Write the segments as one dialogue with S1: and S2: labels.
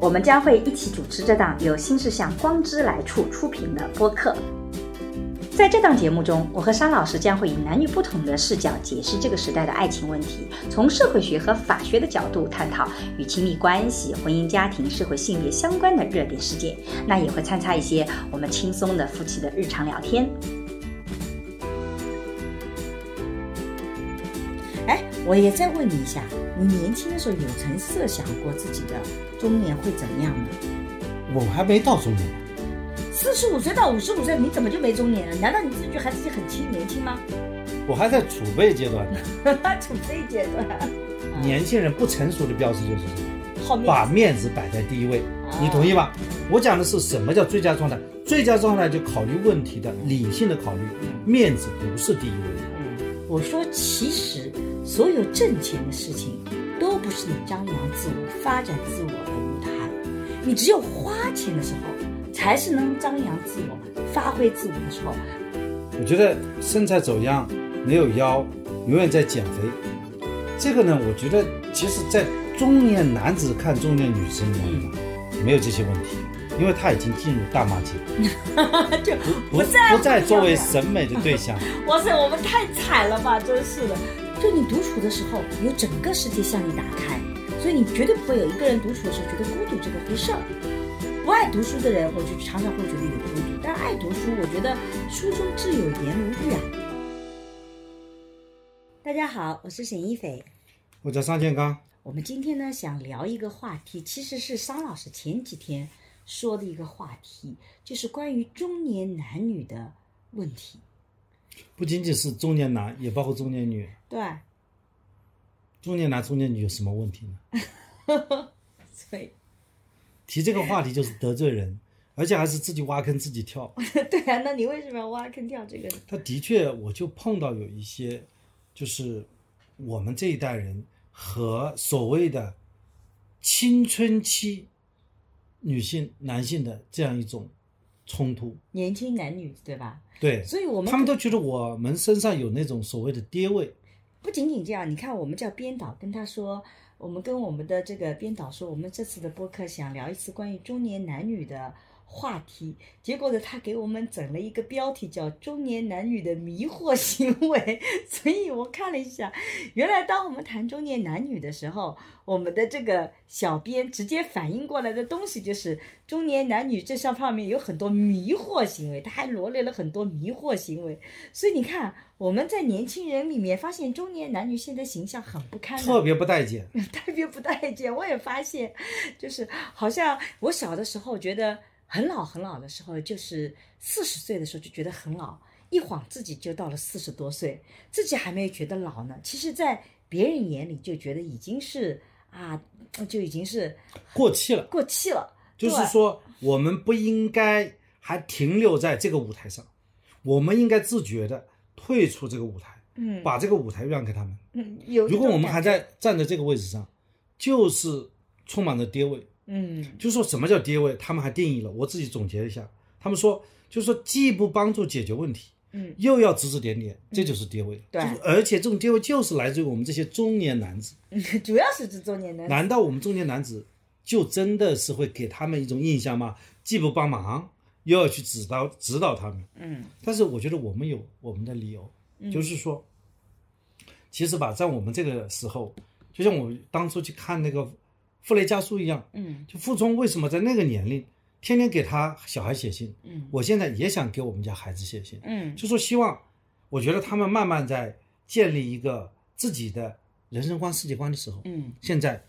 S1: 我们将会一起主持这档由新事项光之来处出品的播客。在这档节目中，我和商老师将会以男女不同的视角解释这个时代的爱情问题，从社会学和法学的角度探讨与亲密关系、婚姻家庭、社会性别相关的热点事件。那也会参差一些我们轻松的夫妻的日常聊天。
S2: 哎，我也再问你一下，你年轻的时候有曾设想过自己的中年会怎样吗？
S3: 我还没到中年，
S2: 四十五岁到五十五岁，你怎么就没中年了？难道你自己还自己很轻年轻吗？
S3: 我还在储备阶段呢。
S2: 处这一阶段，
S3: 年轻人不成熟的标志就是什么？
S2: 好面
S3: 把
S2: 子
S3: 面子摆在第一位，你同意吧？我讲的是什么叫最佳状态？最佳状态就考虑问题的理性的考虑，面子不是第一位的。
S2: 我说，其实所有挣钱的事情，都不是你张扬自我、发展自我的舞台。你只有花钱的时候，才是能张扬自我、发挥自我的时候。
S3: 我觉得身材走样，没有腰，永远在减肥。这个呢，我觉得其实，在中年男子看中年女生呢，没有这些问题，因为他已经进入大妈阶，
S2: 就
S3: 不
S2: 不在乎
S3: 不再作为
S2: 漂亮
S3: 审美的对象。
S2: 哇塞，我们太惨了吧，真是的。就你独处的时候，有整个世界向你打开，所以你绝对不会有一个人独处的时候觉得孤独这个回事儿。不爱读书的人，我就常常会觉得有孤独；但爱读书，我觉得书中自有颜如玉啊。大家好，我是沈一斐。
S3: 我叫张建刚，
S2: 我们今天呢，想聊一个话题，其实是商老师前几天说的一个话题，就是关于中年男女的问题。
S3: 不仅仅是中年男，也包括中年女。
S2: 对，
S3: 中年男、中年女有什么问题呢？
S2: 所以
S3: 提这个话题就是得罪人，而且还是自己挖坑自己跳。
S2: 对啊，那你为什么要挖坑跳这个呢？
S3: 他的确，我就碰到有一些，就是我们这一代人和所谓的青春期女性、男性的这样一种冲突。
S2: 年轻男女对吧？
S3: 对，
S2: 所以我们
S3: 他们都觉得我们身上有那种所谓的爹味。
S2: 不仅仅这样，你看我们叫编导跟他说，我们跟我们的这个编导说，我们这次的播客想聊一次关于中年男女的话题，结果呢，他给我们整了一个标题叫“中年男女的迷惑行为”， 所以我看了一下，原来当我们谈中年男女的时候，我们的这个小编直接反应过来的东西就是中年男女这上方面有很多迷惑行为，他还罗列了很多迷惑行为，所以你看我们在年轻人里面发现中年男女现在形象很不堪的，
S3: 特别不待见，
S2: 特别不待见。我也发现，就是好像我小的时候觉得很老很老的时候，就是四十岁的时候就觉得很老，一晃自己就到了四十多岁，自己还没有觉得老呢。其实，在别人眼里就觉得已经是啊，就已经是
S3: 过气了。
S2: 过气了。
S3: 就是
S2: 对
S3: 说，我们不应该还停留在这个舞台上，我们应该自觉的退出这个舞台，
S2: 嗯，
S3: 把这个舞台让给他们。
S2: 嗯有一
S3: 如果
S2: 种
S3: 我们
S2: 感
S3: 还
S2: 觉
S3: 在站在这个位置上，就是充满了跌位。
S2: 嗯
S3: 就说什么叫跌位，他们还定义了。我自己总结了一下，他们说，就说既不帮助解决问题，
S2: 嗯，
S3: 又要指指点点，这就是跌位。
S2: 对
S3: 就是而且这种跌位就是来自于我们这些中年男子。
S2: 嗯 主要是这中年男
S3: 难道我们中年男子就真的是会给他们一种印象吗？既不帮忙，又要去指导指导他们？
S2: 嗯
S3: 但是我觉得我们有我们的理由，就是说，其实吧，在我们这个时候，就像我当初去看那个《傅雷家书》一样，
S2: 嗯
S3: 就傅聪为什么在那个年龄天天给他小孩写信？
S2: 嗯，
S3: 我现在也想给我们家孩子写信，
S2: 嗯
S3: 就说希望，我觉得他们慢慢在建立一个自己的人生观、世界观的时候，
S2: 嗯
S3: 现在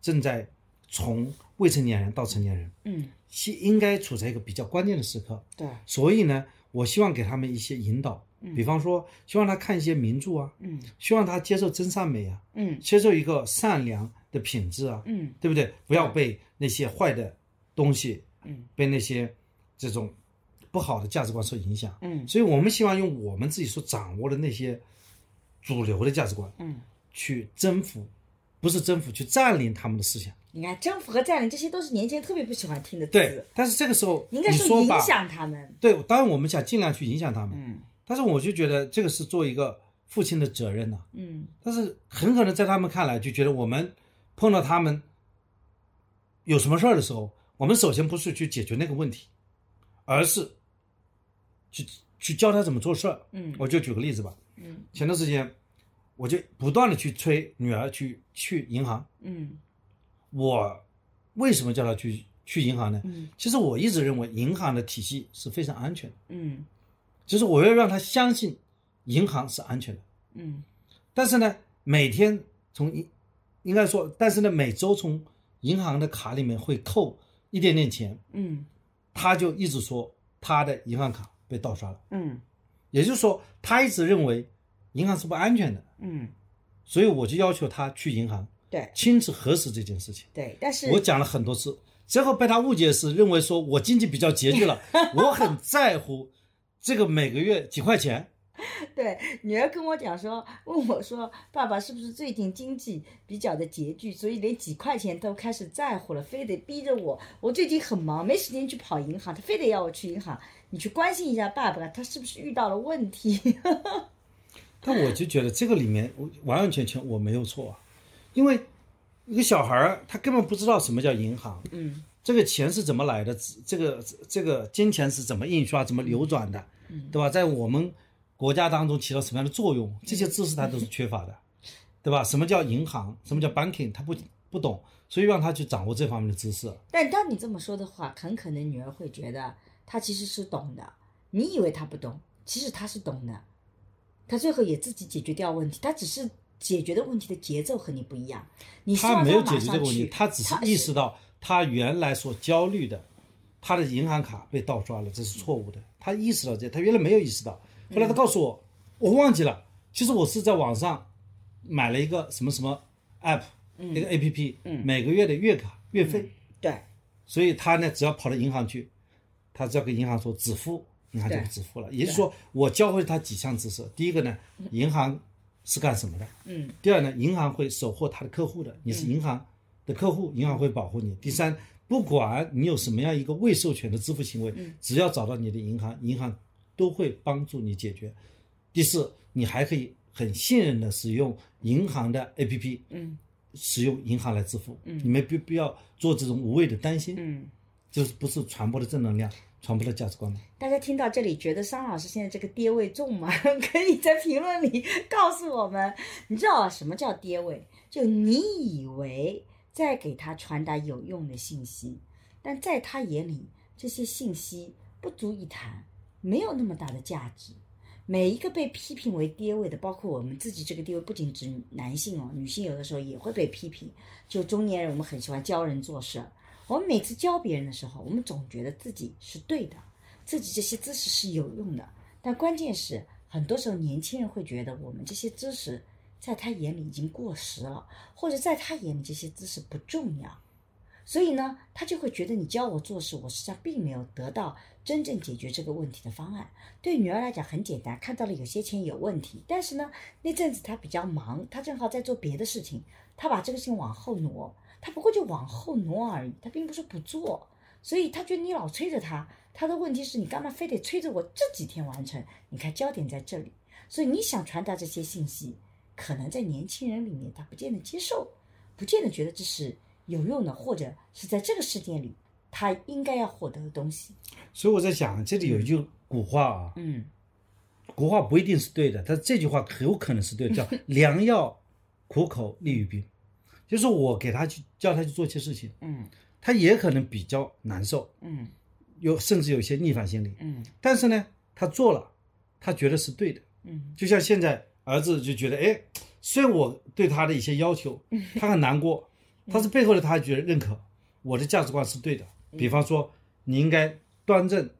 S3: 正在从未成年人到成年人，
S2: 嗯
S3: 是应该处在一个比较关键的时刻。
S2: 对
S3: 所以呢，我希望给他们一些引导，比方说，希望他看一些名著啊，
S2: 嗯
S3: 希望他接受真善美啊，
S2: 嗯
S3: 接受一个善良的品质啊，
S2: 嗯
S3: 对不对？不要被那些坏的东西，
S2: 嗯，
S3: 被那些这种不好的价值观所影响。
S2: 嗯
S3: 所以我们希望用我们自己所掌握的那些主流的价值观
S2: 嗯，
S3: 去征服，不是征服，去占领他们的思想。
S2: 你看征服和占领，这些都是年轻人特别不喜欢听的
S3: 对
S2: 词，，
S3: 但是这个时候
S2: 你应该
S3: 你
S2: 说
S3: 说
S2: 影
S3: 吧，
S2: 响他们。
S3: 对，当然我们想尽量去影响他们，
S2: 嗯
S3: 但是我就觉得这个是做一个父亲的责任呐、
S2: 嗯
S3: 但是很可能在他们看来，就觉得我们碰到他们有什么事儿的时候，我们首先不是去解决那个问题，而是去去教他怎么做事儿。
S2: 嗯
S3: 我就举个例子吧，
S2: 嗯
S3: 前段时间我就不断的去催女儿去去银行。
S2: 嗯
S3: 我为什么叫她去去银行呢？
S2: 嗯
S3: 其实我一直认为银行的体系是非常安全的，
S2: 嗯
S3: 就是我要让她相信银行是安全的。
S2: 嗯
S3: 但是呢，每天从银，应该说，但是呢，每周从银行的卡里面会扣一点点钱，
S2: 嗯
S3: 他就一直说他的银行卡被盗刷了，
S2: 嗯
S3: 也就是说，他一直认为银行是不安全的，
S2: 嗯，
S3: 所以我就要求他去银行
S2: 对
S3: 亲自核实这件事情。
S2: 对，但是
S3: 我讲了很多次，最后被他误解是认为说我经济比较拮据了，我很在乎这个每个月几块钱。
S2: 对女儿跟我讲说，问我说，爸爸是不是最近经济比较的拮据，所以连几块钱都开始在乎了，非得逼着我。我最近很忙，没时间去跑银行，他非得要我去银行。你去关心一下爸爸，他是不是遇到了问题？
S3: 但我就觉得这个里面我完完全全我没有错啊，因为一个小孩儿他根本不知道什么叫银行，
S2: 嗯
S3: 这个钱是怎么来的，这个这个金钱是怎么印刷、怎么流转的，对吧？在我们国家当中起到什么样的作用，这些知识他都是缺乏的，对吧？什么叫银行，什么叫 banking，他不不懂，所以让他去掌握这方面的知识。啊
S2: 但当你这么说的话，很可能女儿会觉得她其实是懂的，你以为她不懂，其实她是懂的，她最后也自己解决掉问题，她只是解决的问题的节奏和你不一样。你希
S3: 他
S2: 望
S3: 没有
S2: 马
S3: 解决这
S2: 上
S3: 个问题，
S2: 去
S3: 他只是意识到他原来所焦虑的，他的银行卡被盗刷了，这是错误的。他意识到这，他原来没有意识到。后
S2: 嗯
S3: 来他告诉我，我忘记了，其实我是在网上买了一个什么什么 app，、一
S2: 嗯
S3: 个 app，、每个月的月卡月费，
S2: 对
S3: 所以他呢只要跑到银行去，他只要跟银行说止付，银行就
S2: 对
S3: 止付了。也就是说，我教会他几项知识：第一个呢，银行是干什么的？
S2: 嗯。
S3: 第二呢，银行会守护他的客户的，你是银行的客户，银行会保护你。第三，不管你有什么样一个未授权的支付行为，只要找到你的银行，银行都会帮助你解决。第四，你还可以很信任的使用银行的 APP，
S2: 嗯，
S3: 使用银行来支付，嗯，你没必必要做这种无谓的担心，
S2: 嗯，
S3: 就是不是传播的正能量，传播的价值观嘛。
S2: 大家听到这里，觉得桑老师现在这个爹味重吗？ 可以在评论里告诉我们。你知道啊什么叫爹味？就你以为在给他传达有用的信息，但在他眼里，这些信息不足以谈，没有那么大的价值。每一个被批评为爹味的，包括我们自己这个地位，不仅指男性哦，女性有的时候也会被批评。就中年人，我们很喜欢教人做事儿。我们每次教别人的时候，我们总觉得自己是对的，自己这些知识是有用的。但关键是，很多时候年轻人会觉得我们这些知识在他眼里已经过时了，或者在他眼里这些知识不重要。所以呢，他就会觉得你教我做事，我实际上并没有得到真正解决这个问题的方案。对女儿来讲很简单，看到了有些钱有问题，但是呢，那阵子她比较忙，她正好在做别的事情，她把这个事情往后挪，她不过就往后挪而已，她并不是不做。所以她觉得你老催着她，她的问题是你干嘛非得催着我这几天完成？你看焦点在这里，所以你想传达这些信息，可能在年轻人里面他不见得接受，不见得觉得这是有用的，或者是在这个事件里他应该要获得的东西。
S3: 所以我在想，这里有一句古话啊，
S2: 嗯
S3: 古话不一定是对的，但这句话很有可能是对的，叫“良药苦口利于病”，就是我给他去叫他去做一些事情，
S2: 嗯
S3: 他也可能比较难受，
S2: 嗯
S3: 有甚至有一些逆反心理，
S2: 嗯
S3: 但是呢，他做了，他觉得是对的，
S2: 嗯
S3: 就像现在儿子就觉得，哎，虽然我对他的一些要求，他很难过，但是背后的他觉得认可我的价值观是对的。比方说，你应该端正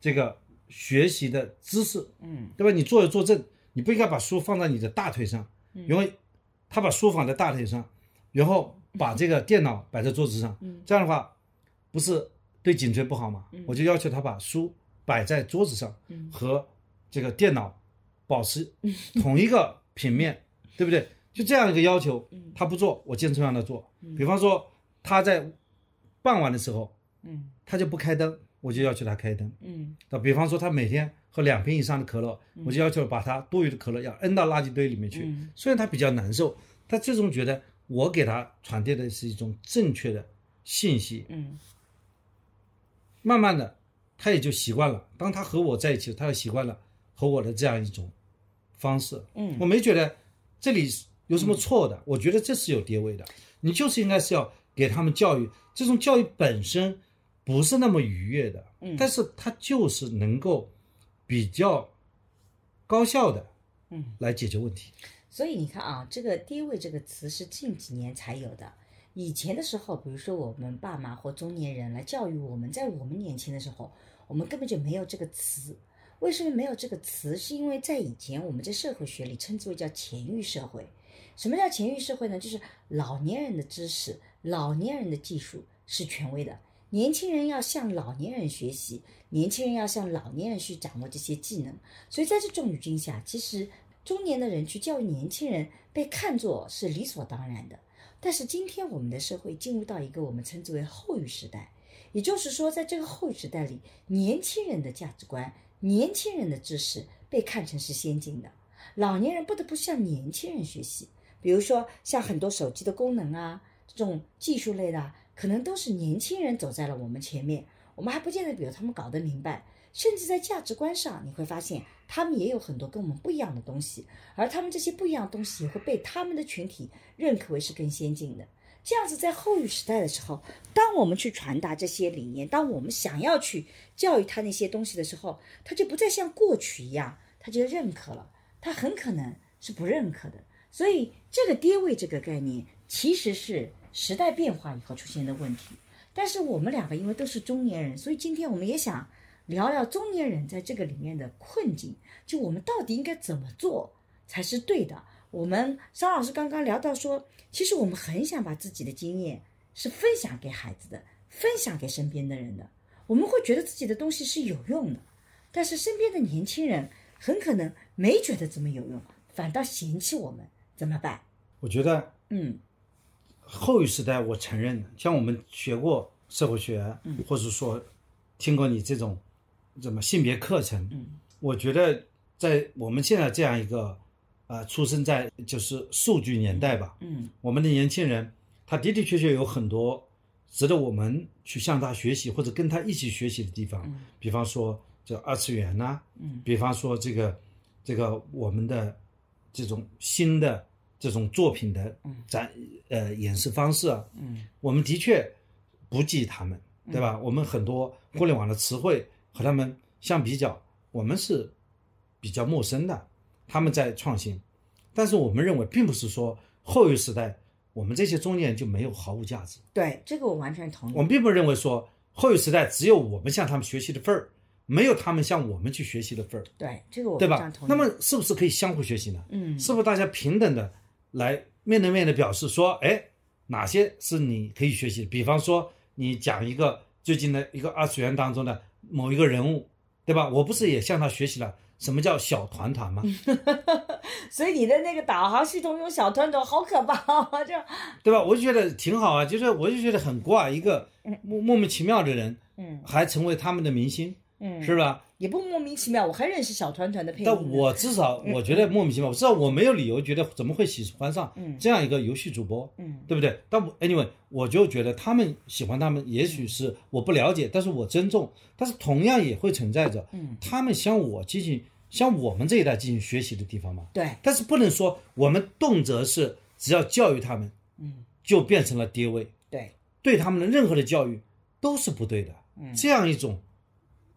S3: 这个学习的姿势，
S2: 嗯
S3: 对吧？你坐着坐正，你不应该把书放在你的大腿上，
S2: 嗯
S3: 因为他把书放在大腿上，然后把这个电脑
S2: 嗯
S3: 摆在桌子上，这样的话不是对颈椎不好吗？我就要求他把书摆在桌子上
S2: 嗯
S3: 和这个电脑保 持同一个平面，对不对？就这样一个要求
S2: 嗯，
S3: 他不做，我坚持让他做
S2: 嗯。
S3: 比方说他在傍晚的时候，
S2: 嗯
S3: 他就不开灯，我就要求他开灯。
S2: 嗯
S3: 那比方说他每天喝两瓶以上的可乐，我就要求把他多余的可乐要摁到垃圾堆里面去。
S2: 嗯
S3: 虽然他比较难受，他最终觉得我给他传递的是一种正确的信息。
S2: 嗯
S3: 慢慢的，他也就习惯了。当他和我在一起，他就习惯了和我的这样一种方式。
S2: 嗯
S3: 我没觉得这里有什么错的，我觉得这是有跌位的。你就是应该是要给他们教育，这种教育本身不是那么愉悦的，
S2: 嗯
S3: 但是它就是能够比较高效的
S2: 嗯。
S3: 来解决问题。
S2: 所以你看啊，这个“爹味”这个词是近几年才有的。以前的时候，比如说我们爸妈或中年人来教育我们，在我们年轻的时候，我们根本就没有这个词。为什么没有这个词？是因为在以前我们在社会学里称之为叫前域社会。什么叫前域社会呢？就是老年人的知识、老年人的技术是权威的，年轻人要向老年人学习，年轻人要向老年人去掌握这些技能。所以在这种语境下，其实中年的人去教育年轻人被看作是理所当然的。但是今天我们的社会进入到一个我们称之为后语时代，也就是说，在这个后语时代里，年轻人的价值观、年轻人的知识被看成是先进的，老年人不得不向年轻人学习。比如说，像很多手机的功能啊，这种技术类的啊，可能都是年轻人走在了我们前面，我们还不见得比他们搞得明白。甚至在价值观上，你会发现他们也有很多跟我们不一样的东西，而他们这些不一样的东西也会被他们的群体认可为是更先进的。这样子，在后语时代的时候，当我们去传达这些理念，当我们想要去教育他那些东西的时候，他就不再像过去一样，他就认可了，他很可能是不认可的。所以，这个“爹位”这个概念其实是时代变化以后出现的问题。但是我们两个因为都是中年人，所以今天我们也想聊聊中年人在这个里面的困境，就我们到底应该怎么做才是对的。我们张老师刚刚聊到说，其实我们很想把自己的经验是分享给孩子的，分享给身边的人的，我们会觉得自己的东西是有用的，但是身边的年轻人很可能没觉得怎么有用，反倒嫌弃我们，怎么办？
S3: 我觉得
S2: 嗯
S3: 后语时代，我承认，像我们学过社会学，
S2: 嗯
S3: 或者说听过你这种怎么性别课程，
S2: 嗯
S3: 我觉得在我们现在这样一个呃，出生在就是数据年代吧，
S2: 嗯
S3: 我们的年轻人，他的的确确有很多值得我们去向他学习或者跟他一起学习的地方，
S2: 嗯
S3: 比方说这二次元呐、
S2: 嗯
S3: 比方说这个这个我们的这种新的这种作品的
S2: 嗯
S3: 展、呃演示方式啊，
S2: 嗯
S3: 我们的确不及他们，对吧？我们很多互联网的词汇和他们相比较，我们是比较陌生的。他们在创新，但是我们认为，并不是说后一时代我们这些中年人就没有毫无价值。
S2: 对，这个我完全同意。
S3: 我们并不认为说后一时代只有我们向他们学习的份儿，没有他们向我们去学习的份儿，
S2: 对这个我
S3: 对
S2: 非
S3: 吧
S2: 常同？意。
S3: 那么是不是可以相互学习呢？
S2: 嗯
S3: 是不是大家平等的来面对面的表示说，哎，哪些是你可以学习的？比方说，你讲一个最近的一个二次元当中的某一个人物，对吧？我不是也向他学习了什么叫小团团吗？
S2: 嗯所以你的那个导航系统用小团团好可怕啊！这
S3: 对吧？我就觉得挺好啊，就是我就觉得很怪，一个莫莫名其妙的人
S2: 嗯
S3: 还成为他们的明星，
S2: 嗯，
S3: 是吧？
S2: 也不莫名其妙，我还认识小团团的配音呢
S3: 但我至少
S2: 嗯
S3: 我觉得莫名其妙，至少我没有理由觉得怎么会喜欢上
S2: 嗯
S3: 这样一个游戏主播，
S2: 嗯
S3: 对不对？但我 anyway，我就觉得他们喜欢他们，也
S2: 嗯
S3: 许是我不了解，但是我尊重，但是同样也会存在着
S2: 嗯，
S3: 他们向我进行向我们这一代进行学习的地方嘛。
S2: 对，
S3: 但是不能说我们动辄是只要教育他们
S2: 嗯
S3: 就变成了爹味，
S2: 对，
S3: 对他们的任何的教育都是不对的。
S2: 嗯
S3: 这样一种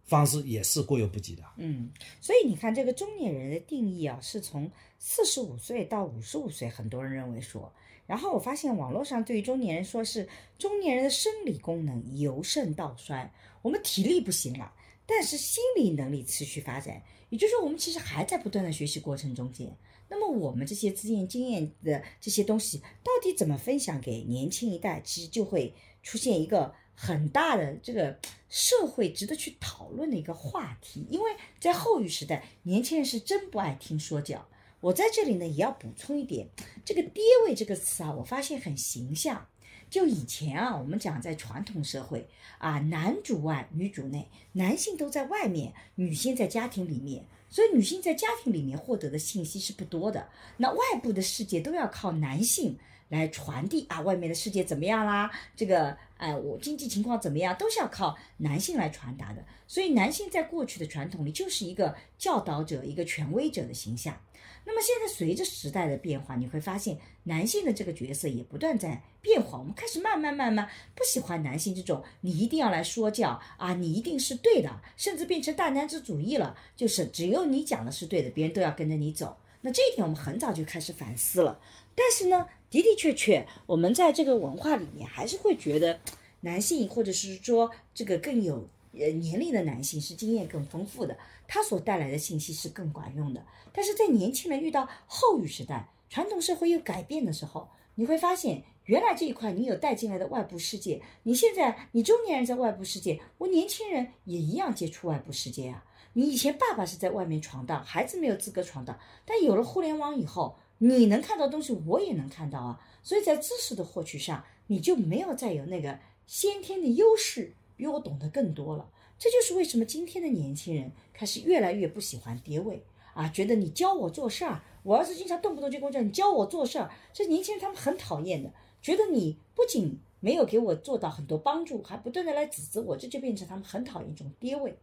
S3: 方式也是过犹不及的。
S2: 嗯，所以你看，这个中年人的定义啊，是从四十五岁到五十五岁，很多人认为说。然后我发现网络上对于中年人说是中年人的生理功能由盛到衰，我们体力不行了，但是心理能力持续发展，也就是说我们其实还在不断的学习过程中间。那么我们这些经验经验的这些东西，到底怎么分享给年轻一代，其实就会出现一个很大的这个社会值得去讨论的一个话题，因为在后语时代，年轻人是真不爱听说教。我在这里呢，也要补充一点，这个“爹味”这个词啊，我发现很形象。就以前啊，我们讲在传统社会啊，男主外女主内，男性都在外面，女性在家庭里面，所以女性在家庭里面获得的信息是不多的。那外部的世界都要靠男性来传递啊，外面的世界怎么样啦？这个哎，我经济情况怎么样，都是要靠男性来传达的。所以男性在过去的传统里就是一个教导者、一个权威者的形象。那么现在随着时代的变化，你会发现男性的这个角色也不断在变化。我们开始慢慢慢慢不喜欢男性这种你一定要来说教啊，你一定是对的，甚至变成大男子主义了，就是只有你讲的是对的，别人都要跟着你走。那这一点我们很早就开始反思了，但是呢，的的确确，我们在这个文化里面还是会觉得男性或者是说这个更有呃年龄的男性是经验更丰富的，他所带来的信息是更管用的。但是在年轻人遇到后语时代、传统社会又改变的时候，你会发现，原来这一块你有带进来的外部世界，你现在你中年人在外部世界，我年轻人也一样接触外部世界啊。你以前爸爸是在外面闯荡，孩子没有资格闯荡，但有了互联网以后，你能看到东西，我也能看到啊。所以在知识的获取上，你就没有再有那个先天的优势，比我懂得更多了。这就是为什么今天的年轻人开始越来越不喜欢爹味。啊，觉得你教我做事儿，我儿子经常动不动就跟我讲你教我做事儿，这年轻人他们很讨厌的，觉得你不仅没有给我做到很多帮助，还不断的来指责我，这就变成他们很讨厌一种爹味。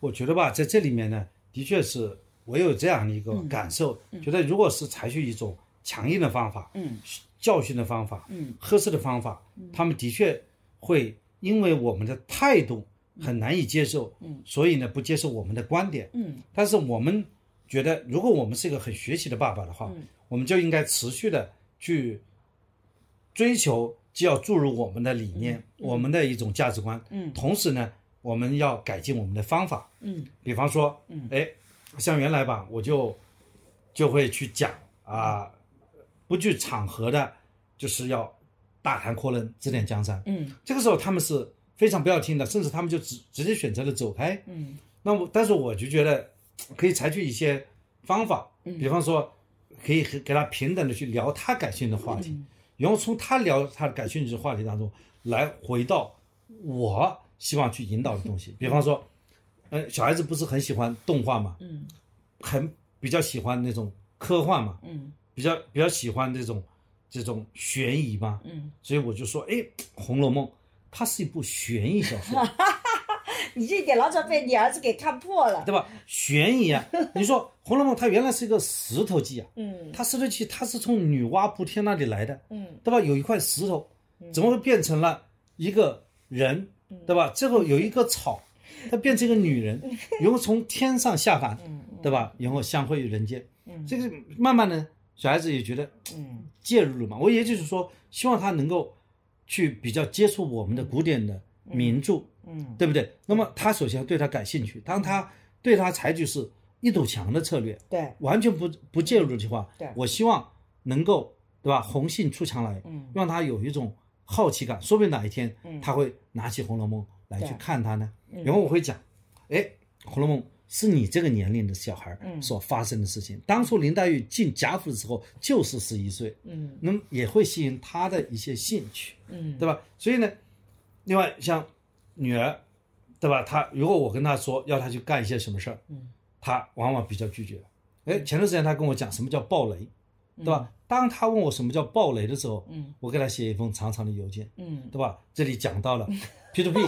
S3: 我觉得吧，在这里面呢，的确是我有这样的一个
S2: 嗯
S3: 感受，觉得如果是采取一种强硬的方法、
S2: 嗯
S3: 教训的方法、
S2: 嗯
S3: 呵斥的方法，他们的确会因为我们的态度很难以接受，
S2: 嗯
S3: 所以呢不接受我们的观点。
S2: 嗯
S3: 但是我们觉得，如果我们是一个很学习的爸爸的话，
S2: 嗯
S3: 我们就应该持续的去追求，既要注入我们的理念、我们的一种价值观，
S2: 嗯
S3: 同时呢，我们要改进我们的方法。
S2: 嗯
S3: 比方说，
S2: 嗯
S3: 哎，像原来吧，我就就会去讲啊，不惧场合的，就是要大谈阔论，指点江山。
S2: 嗯
S3: 这个时候他们是非常不要听的，甚至他们就直直接选择了走开。
S2: 嗯
S3: 那我但是我就觉得可以采取一些方法，
S2: 嗯
S3: 比方说可以和给他平等的去聊他感兴趣的话题，
S2: 嗯
S3: 然后从他聊他感兴趣的话题当中来回到我希望去引导的东西，比方说，呃，小孩子不是很喜欢动画嘛，
S2: 嗯
S3: 很比较喜欢那种科幻嘛，
S2: 嗯
S3: 比较比较喜欢这种这种悬疑嘛，
S2: 嗯，
S3: 所以我就说，哎，《红楼梦》它是一部悬疑小说，
S2: 你这一点老早被你儿子给看破了。
S3: 对吧？悬疑啊，你说《红楼梦》它原来是一个石头记啊，
S2: 嗯
S3: 它石头记它是从女娲补天那里来的，
S2: 嗯
S3: 对吧？有一块石头，怎么会变成了一个人，
S2: 嗯
S3: 对吧？最后有一个草，它变成一个女人，然后从天上下
S2: 嗯
S3: 凡，对吧？然后相会于人间，这个慢慢的小孩子也觉得
S2: 嗯
S3: 介入了嘛。我也就是说，希望他能够去比较接触我们的古典的名著，
S2: 嗯
S3: 对不对？那么他首先要对他感兴趣，当他对他采取是一堵墙的策略，
S2: 对
S3: 完全不不介入的情况
S2: 对，
S3: 我希望能够对吧，红杏出墙来，
S2: 嗯
S3: 让他有一种好奇感，说不定哪一天
S2: 嗯
S3: 他会拿起《红楼梦》来
S2: 对
S3: 去看它呢。
S2: 嗯
S3: 然后我会讲，哎，《红楼梦》是你这个年龄的小孩
S2: 嗯
S3: 所发生的事情。当初林黛玉进贾府的时候就是十一岁，
S2: 嗯
S3: 那么也会吸引他的一些兴趣。
S2: 嗯
S3: 对吧？所以呢，另外像女儿，对吧？她如果我跟她说要她去干一些什么事儿，
S2: 嗯，
S3: 她往往比较拒绝。哎，前段时间她跟我讲什么叫暴雷，对吧？当她问我什么叫暴雷的时候，
S2: 嗯，
S3: 我给她写一封长长的邮件，
S2: 嗯
S3: 对吧？这里讲到了 P to P，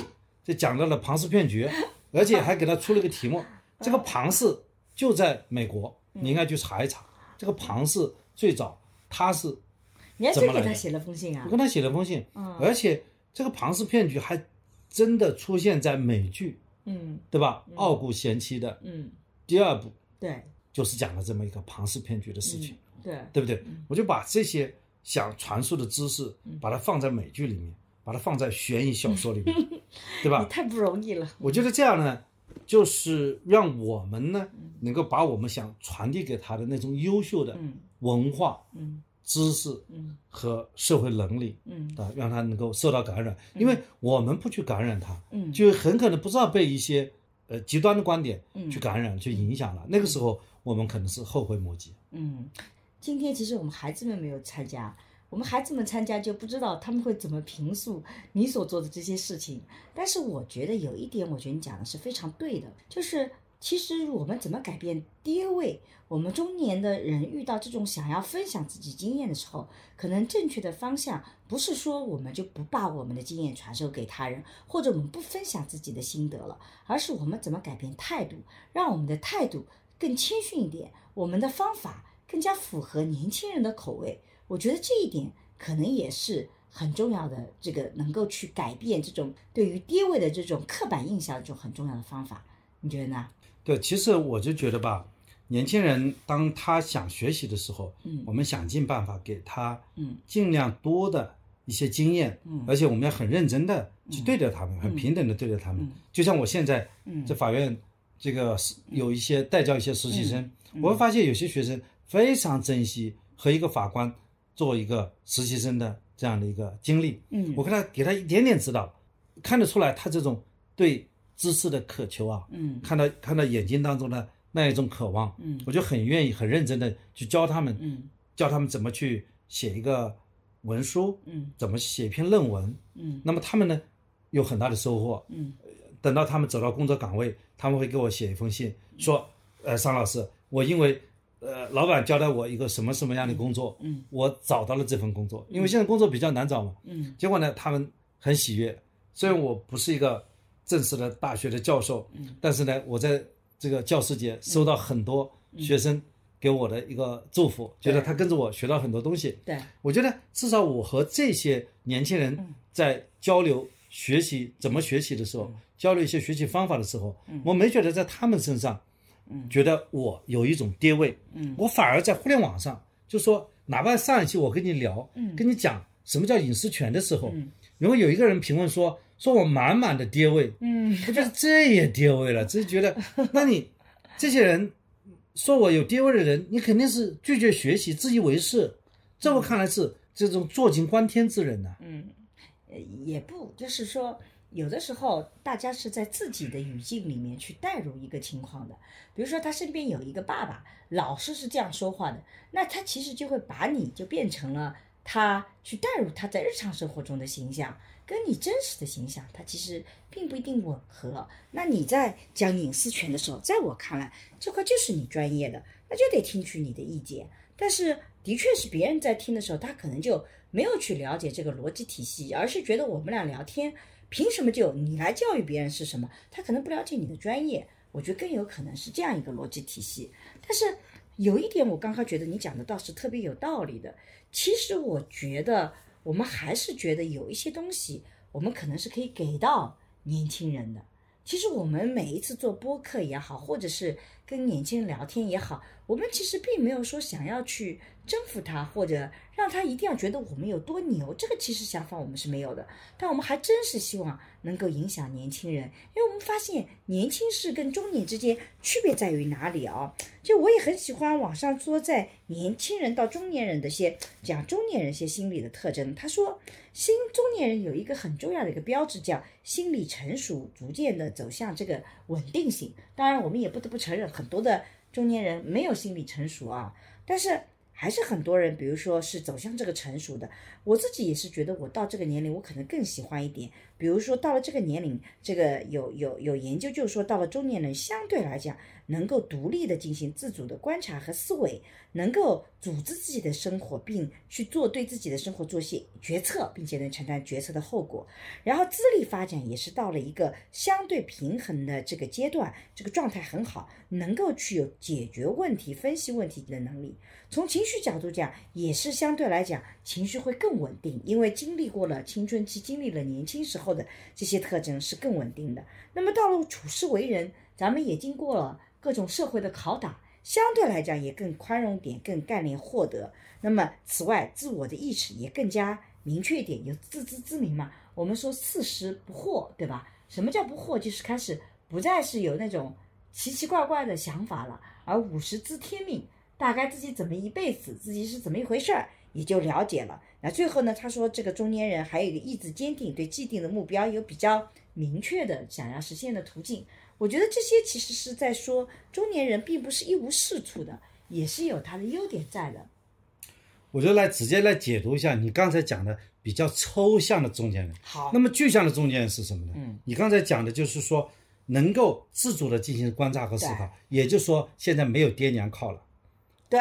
S3: 这讲到了庞氏骗局，而且还给她出了个题目，
S2: 嗯
S3: 这个庞氏就在美国，你应该去查一查，这个庞氏最早它是
S2: 你还
S3: 怎
S2: 真
S3: 么
S2: 给
S3: 来
S2: 他
S3: 的
S2: 写了封信啊
S3: 我？跟他写了封信，
S2: 嗯
S3: 而且这个庞氏骗局还真的出现在美剧，
S2: 嗯
S3: 对吧？傲骨贤妻的
S2: 嗯，
S3: 第二部
S2: 对
S3: 就是讲了这么一个庞氏骗局的事情，
S2: 对，
S3: 对不对？
S2: 嗯
S3: 我就把这些想传输的知识，把它放在美剧里面，把它放在悬疑小说里面，
S2: 嗯
S3: 对吧
S2: 你？太不容易了。
S3: 我觉得这样呢，就是让我们呢能够把我们想传递给他的那种优秀的
S2: 嗯嗯
S3: 文化、
S2: 嗯
S3: 知识
S2: 嗯
S3: 和社会能力
S2: 嗯
S3: 啊，让他能够受到感染，因为我们不去感染他，
S2: 嗯，
S3: 就很可能不知道被一些呃极端的观点
S2: 嗯
S3: 去感染、去影响了。那个时候我们可能是后悔莫及。
S2: 嗯，今天其实我们孩子们没有参加，我们孩子们参加就不知道他们会怎么评述你所做的这些事情。但是我觉得有一点，我觉得你讲的是非常对的，就是其实我们怎么改变第一位，我们中年的人遇到这种想要分享自己经验的时候，可能正确的方向不是说我们就不把我们的经验传授给他人，或者我们不分享自己的心得了，而是我们怎么改变态度，让我们的态度更谦逊一点，我们的方法更加符合年轻人的口味。我觉得这一点可能也是很重要的，这个能够去改变这种对于爹味的这种刻板印象的这种很重要的方法，你觉得呢？
S3: 对，其实我就觉得吧，年轻人当他想学习的时候，
S2: 嗯
S3: 我们想尽办法给他
S2: 嗯
S3: 尽量多的一些经验，
S2: 嗯
S3: 而且我们要很认真的去对待他们，很平等的对待他们。
S2: 嗯
S3: 就像我现在
S2: 嗯
S3: 在法院，这个是有一些带教一些实习生，
S2: 嗯
S3: 我会发现有些学生非常珍惜和一个法官做一个实习生的这样的一个经历。
S2: 嗯
S3: 我给他给他一点点指导，看得出来他这种对知识的渴求啊，
S2: 嗯
S3: 看到看到眼睛当中的那一种渴望，
S2: 嗯
S3: 我就很愿意很认真的去教他们，
S2: 嗯
S3: 教他们怎么去写一个文书，
S2: 嗯
S3: 怎么写一篇论文。
S2: 嗯
S3: 那么他们呢，有很大的收获。
S2: 嗯
S3: 等到他们走到工作岗位，他们会给我写一封信，说，呃，桑老师，我因为，呃，老板交代我一个什么什么样的工作，
S2: 嗯
S3: 我找到了这份工作，因为现在工作比较难找嘛。
S2: 嗯
S3: 结果呢，他们很喜悦。虽然我不是一个正式的大学的教授，
S2: 嗯
S3: 但是呢，我在这个教师节收到很多学生给我的一个祝
S2: 嗯
S3: 福，觉得他跟着我学到很多东西。
S2: 对，
S3: 我觉得至少我和这些年轻人
S2: 嗯
S3: 在交流学习怎么学习的时候，交流一些学习方法的时候，
S2: 嗯
S3: 我没觉得在他们身上
S2: 嗯
S3: 觉得我有一种跌位，
S2: 嗯
S3: 我反而在互联网上就说，哪怕上一期我跟你聊，
S2: 嗯
S3: 跟你讲什么叫隐私权的时候，
S2: 嗯
S3: 如果有一个人评论说，说我满满的跌位，
S2: 嗯
S3: 我觉得这也跌位了，只是觉得，那你这些人说我有跌位的人，你肯定是拒绝学习、自以为是，在我看来是这种坐井观天之人呐、
S2: 嗯，呃也不，就是说，有的时候大家是在自己的语境里面去带入一个情况的。比如说，他身边有一个爸爸，老是是这样说话的，那他其实就会把你就变成了他去带入他在日常生活中的形象，跟你真实的形象，他其实并不一定吻合。那你在讲隐私权的时候，在我看来，这块就是你专业的，那就得听取你的意见。但是的确是别人在听的时候，他可能就没有去了解这个逻辑体系，而是觉得我们俩聊天，凭什么就你来教育别人是什么？他可能不了解你的专业，我觉得更有可能是这样一个逻辑体系。但是有一点，我刚刚觉得你讲的倒是特别有道理的。其实我觉得我们还是觉得有一些东西，我们可能是可以给到年轻人的。其实我们每一次做播客也好，或者是跟年轻人聊天也好，我们其实并没有说想要去征服他，或者让他一定要觉得我们有多牛。这个其实想法我们是没有的，但我们还真是希望能够影响年轻人，因为我们发现年轻式跟中年之间区别在于哪里啊？就我也很喜欢网上说，在年轻人到中年人的一些讲中年人一些心理的特征。他说，新中年人有一个很重要的一个标志叫心理成熟，逐渐的走向这个稳定性。当然，我们也不得不承认，很多的中年人没有心理成熟啊，但是。还是很多人，比如说是走向这个成熟的。我自己也是觉得，我到这个年龄，我可能更喜欢一点。比如说到了这个年龄，这个有有有研究就说，到了中年人相对来讲，能够独立的进行自主的观察和思维，能够组织自己的生活，并去做对自己的生活做些决策，并且能承担决策的后果。然后资历发展也是到了一个相对平衡的这个阶段，这个状态很好，能够去有解决问题、分析问题的能力。从情绪角度讲，也是相对来讲情绪会更稳定，因为经历过了青春期，经历了年轻时候的这些特征是更稳定的。那么到了处世为人，咱们也经过了各种社会的拷打，相对来讲也更宽容点，更干练获得。那么此外，自我的意识也更加明确一点，有自知之明嘛。我们说四十不惑，对吧？什么叫不惑？就是开始不再是有那种奇奇怪怪的想法了，而五十知天命，大概自己怎么一辈子，自己是怎么一回事儿，也就了解了。那最后呢，他说这个中年人还有一个意志坚定，对既定的目标有比较明确的想要实现的途径。我觉得这些其实是在说中年人并不是一无是处的，也是有他的优点在的。
S3: 我就来直接来解读一下你刚才讲的比较抽象的中间人。
S2: 好
S3: 那，么具象的中间人是什么呢？
S2: 嗯，
S3: 你刚才讲的就是说能够自主的进行观察和思考，也就是说现在没有爹娘靠了。
S2: 对，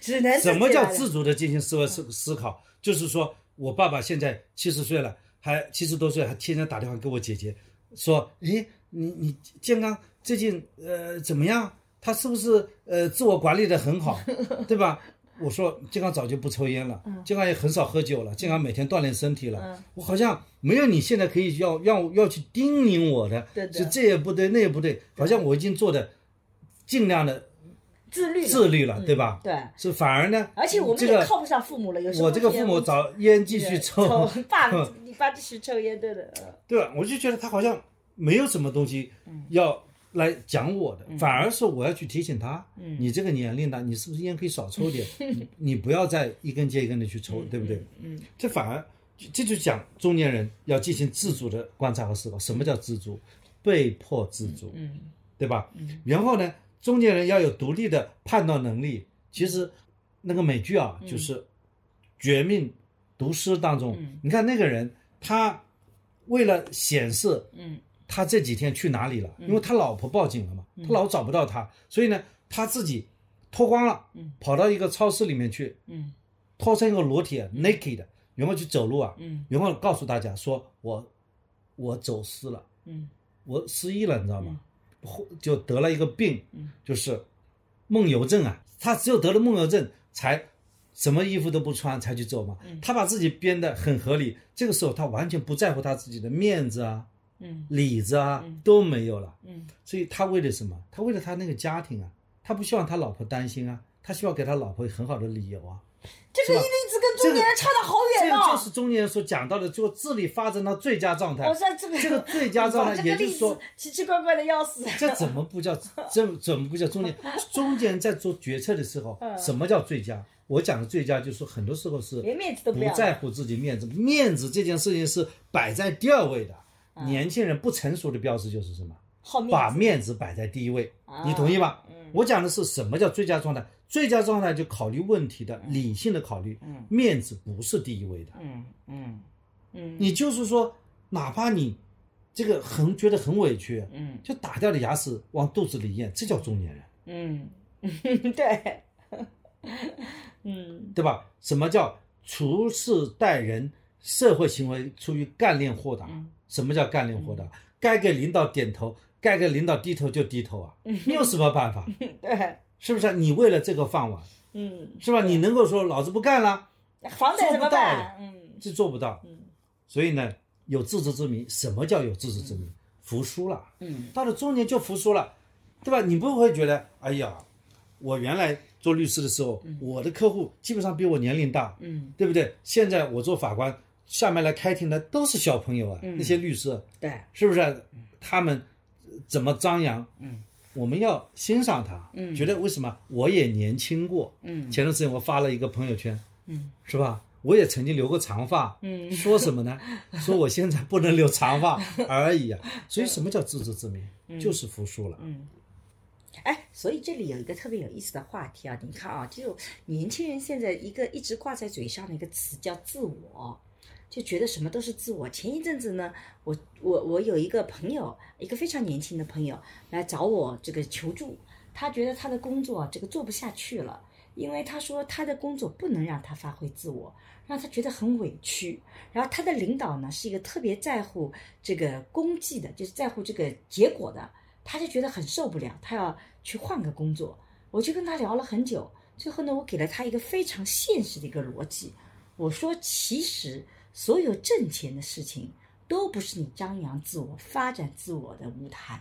S2: 只 能
S3: 什么叫
S2: 自己
S3: 自主的进行思维思思考？就是说我爸爸现在七十岁了，还七十多岁，还天天打电话给我姐姐，说：“诶，你你健康最近呃怎么样？他是不是呃自我管理的很好，对吧？”我说：“健康早就不抽烟了，
S2: 嗯
S3: 健康也很少喝酒了，健康每天锻炼身体了。我好像没有你现在可以要要要去叮咛我的，
S2: 对的
S3: 就这也不对那也不对，好像我已经做的尽量的
S2: 自律了，
S3: 自律
S2: 嗯
S3: 了，对吧？
S2: 对。
S3: 是反而呢，
S2: 而且我们
S3: 这个
S2: 也靠不上父母了，有时候
S3: 我这个
S2: 也
S3: 父母找烟继续
S2: 对
S3: 抽，
S2: 爸，你爸继续抽烟，对的。呃
S3: 对吧？我就觉得他好像没有什么东西要来讲我的，反而是我要去提醒他，你这个年龄了，你是不是烟可以少抽点？你你不要再一根接一根的去抽，对不对？嗯，这反而这这就讲中年人要进行自主的观察和思考，什么叫自主？被迫自主，
S2: 嗯，
S3: 对吧？然后呢，中年人要有独立的判断能力。其实那个美剧啊，就是《绝命毒师》当中，你看那个人，他为了显示，
S2: 嗯，
S3: 他这几天去哪里了？因为他老婆报警了嘛，他老找不到他，所以呢，他自己脱光了，
S2: 嗯
S3: 跑到一个超市里面去，
S2: 嗯，
S3: 脱成一个裸体啊 naked，的然后去走路啊，
S2: 嗯，
S3: 然后告诉大家说我我走失了。
S2: 嗯
S3: 我失忆了，你知道吗？后就得了一个病，
S2: 嗯
S3: 就是梦游症啊。他只有得了梦游症，才什么衣服都不穿才去走嘛。
S2: 嗯
S3: 他把自己编得很合理，这个时候他完全不在乎他自己的面子啊、
S2: 嗯
S3: 里子啊、都没有了。
S2: 嗯
S3: 所以他为了什么？他为了他那个家庭啊，他不希望他老婆担心啊，他希望给他老婆很好的理由啊。
S2: 这个一定是跟
S3: 这
S2: 中
S3: 个
S2: 年人差得好
S3: 这
S2: 远
S3: 个就
S2: 哦。
S3: 是中年人所讲到的，就自力发展到最佳状态
S2: 我。说这个
S3: 这个最 佳状态
S2: 哇这个
S3: 也就是
S2: 例子
S3: 说
S2: 奇奇怪怪的要死。
S3: 这怎么不叫 这怎么不叫中间？中间在做决策的时候，
S2: 嗯
S3: 什么叫最佳？我讲的最佳就是说很多时候是
S2: 连面子都不
S3: 不
S2: 要
S3: 在乎自己面子，面子这件事情是摆在第二位的。年轻人不成熟的标志就是什么？
S2: 好嗯面
S3: 把
S2: 子
S3: 面子摆在第一位，你同意吧？
S2: 嗯
S3: 我讲的是什么叫最佳状态？最佳状态就考虑问题的理性的考虑，面子不是第一位的。
S2: 嗯嗯嗯
S3: 你就是说，哪怕你这个很觉得很委屈，
S2: 嗯
S3: 就打掉了牙齿往肚子里咽，这叫中年人，
S2: 嗯，嗯对，嗯
S3: 对吧？什么叫处事待人，社会行为出于干练豁达？
S2: 嗯
S3: 什么叫干练豁达？该给领导点头，该给领导低头就低头啊！
S2: 嗯
S3: 你有什么办法？
S2: 对，
S3: 是不是？啊你为了这个饭碗，
S2: 嗯，
S3: 是吧？你能够说老子不干了，
S2: 房贷
S3: 做
S2: 怎
S3: 不
S2: 么
S3: 到
S2: 办
S3: 的？
S2: 嗯
S3: 这做不到。
S2: 嗯
S3: 所以呢，有自知之明。什么叫有自知之明？服输了。
S2: 嗯
S3: 到了中年就服输了，对吧？你不会觉得，哎呀，我原来做律师的时候，我的客户基本上比我年龄大，
S2: 嗯，
S3: 对不对？现在我做法官，下面来开庭的都是小朋友啊，
S2: 嗯
S3: 那些律师
S2: 对，
S3: 是不是？
S2: 嗯
S3: 他们呃怎么张扬？嗯，我们要欣赏他，嗯，觉得为什么我也年轻过？
S2: 嗯
S3: 前段时间我发了一个朋友圈，
S2: 嗯，
S3: 是吧？我也曾经留过长发，嗯，说什 么呢？说我现在不能留长发而已啊。所以什么叫自知之明？
S2: 嗯
S3: 就是服输了。
S2: 哎，所以这里有一个特别有意思的话题啊，你看啊，就年轻人现在一个一直挂在嘴上的一个词叫自我，就觉得什么都是自我。前一阵子呢，我我我有一个朋友，一个非常年轻的朋友来找我这个求助，他觉得他的工作啊这个做不下去了。因为他说他的工作不能让他发挥自我，让他觉得很委屈。然后他的领导呢是一个特别在乎这个功绩的，就是在乎这个结果的，他就觉得很受不了，他要去换个工作。我就跟他聊了很久，最后呢，我给了他一个非常现实的一个逻辑，我说其实所有挣钱的事情都不是你张扬自我、发展自我的舞台，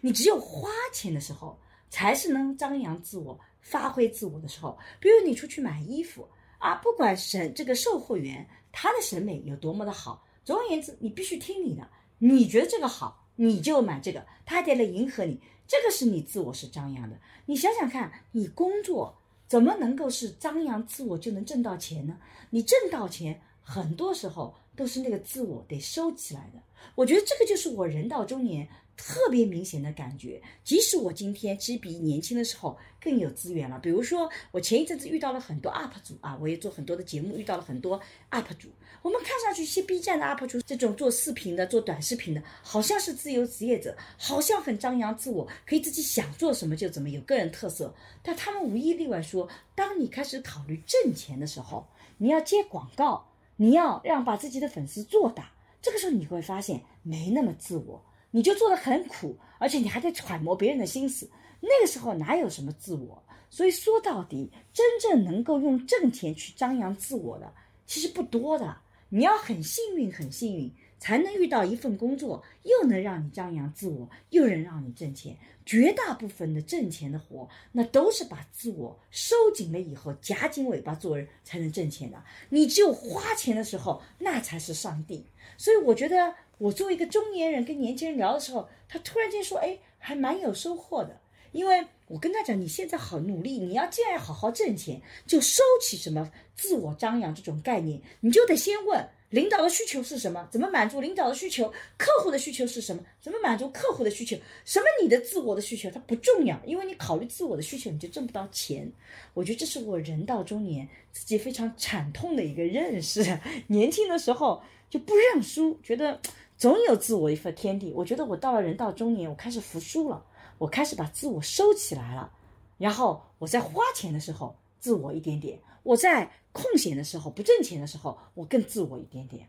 S2: 你只有花钱的时候才是能张扬自我、发挥自我的时候。比如你出去买衣服啊，不管审这个售货员他的审美有多么的好，总而言之，你必须听你的，你觉得这个好，你就买这个，他还得来迎合你，这个是你自我是张扬的。你想想看，你工作怎么能够是张扬自我就能挣到钱呢？你挣到钱，很多时候都是那个自我得收起来的。我觉得这个就是我人到中年特别明显的感觉。即使我今天其实比年轻的时候更有资源了，比如说我前一阵子遇到了很多 UP 主啊，我也做很多的节目，遇到了很多 UP 主。我们看上去一些 B 站的 UP 主，这种做视频的、做短视频的，好像是自由职业者，好像很张扬自我，可以自己想做什么就怎么，有个人特色。但他们无一例外说，当你开始考虑挣钱的时候，你要接广告，你要让把自己的粉丝做大。这个时候你会发现没那么自我，你就做的很苦，而且你还在揣摩别人的心思。那个时候哪有什么自我？所以说到底，真正能够用挣钱去张扬自我的，其实不多的。你要很幸运，很幸运，才能遇到一份工作，又能让你张扬自我，又能让你挣钱。绝大部分的挣钱的活，那都是把自我收紧了以后，夹紧尾巴做人才能挣钱的。你只有花钱的时候，那才是上帝。所以我觉得，我作为一个中年人跟年轻人聊的时候，他突然间说：“哎，还蛮有收获的。”因为我跟他讲，你现在好努力，你要既然要好好挣钱，就收起什么自我张扬这种概念，你就得先问领导的需求是什么，怎么满足领导的需求，客户的需求是什么，怎么满足客户的需求，什么你的自我的需求它不重要，因为你考虑自我的需求，你就挣不到钱。我觉得这是我人到中年自己非常惨痛的一个认识。 年轻的时候就不认输，觉得总有自我一份天地。我觉得我到了人到中年，我开始服输了。我开始把自我收起来了，然后我在花钱的时候自我一点点，我在空闲的时候不挣钱的时候，我更自我一点点。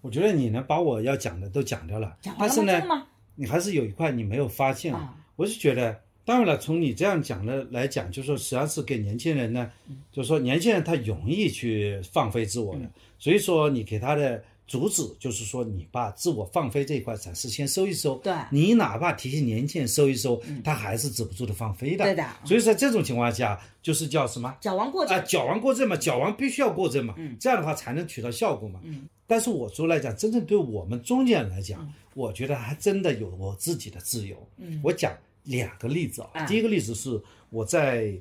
S3: 我觉得你呢，把我要讲的都讲掉了，
S2: 讲完
S3: 但
S2: 了
S3: 是
S2: 吗？真
S3: 呢
S2: 的，吗？
S3: 你还是有一块你没有发现。
S2: 啊
S3: 我是觉得，当然了，从你这样讲的来讲，就是说实际上是给年轻人呢，就是说年轻人他容易去放飞自
S2: 嗯
S3: 我的，所以说你给他的主旨就是说，你把自我放飞这一块暂时先收一收。
S2: 对嗯
S3: 你哪怕提醒年轻人收一收，他还是止不住的放飞的。
S2: 对的
S3: 所以在这种情况下，就是叫什么？
S2: 矫枉过正
S3: 啊，矫枉过正嘛，矫枉必须要过正嘛，
S2: 嗯
S3: 这样的话才能取到效果嘛。但是我说来讲，真正对我们中间人来讲，
S2: 嗯
S3: 我觉得还真的有我自己的自由。我讲两个例子啊，
S2: 啊
S3: 第一个例子是我在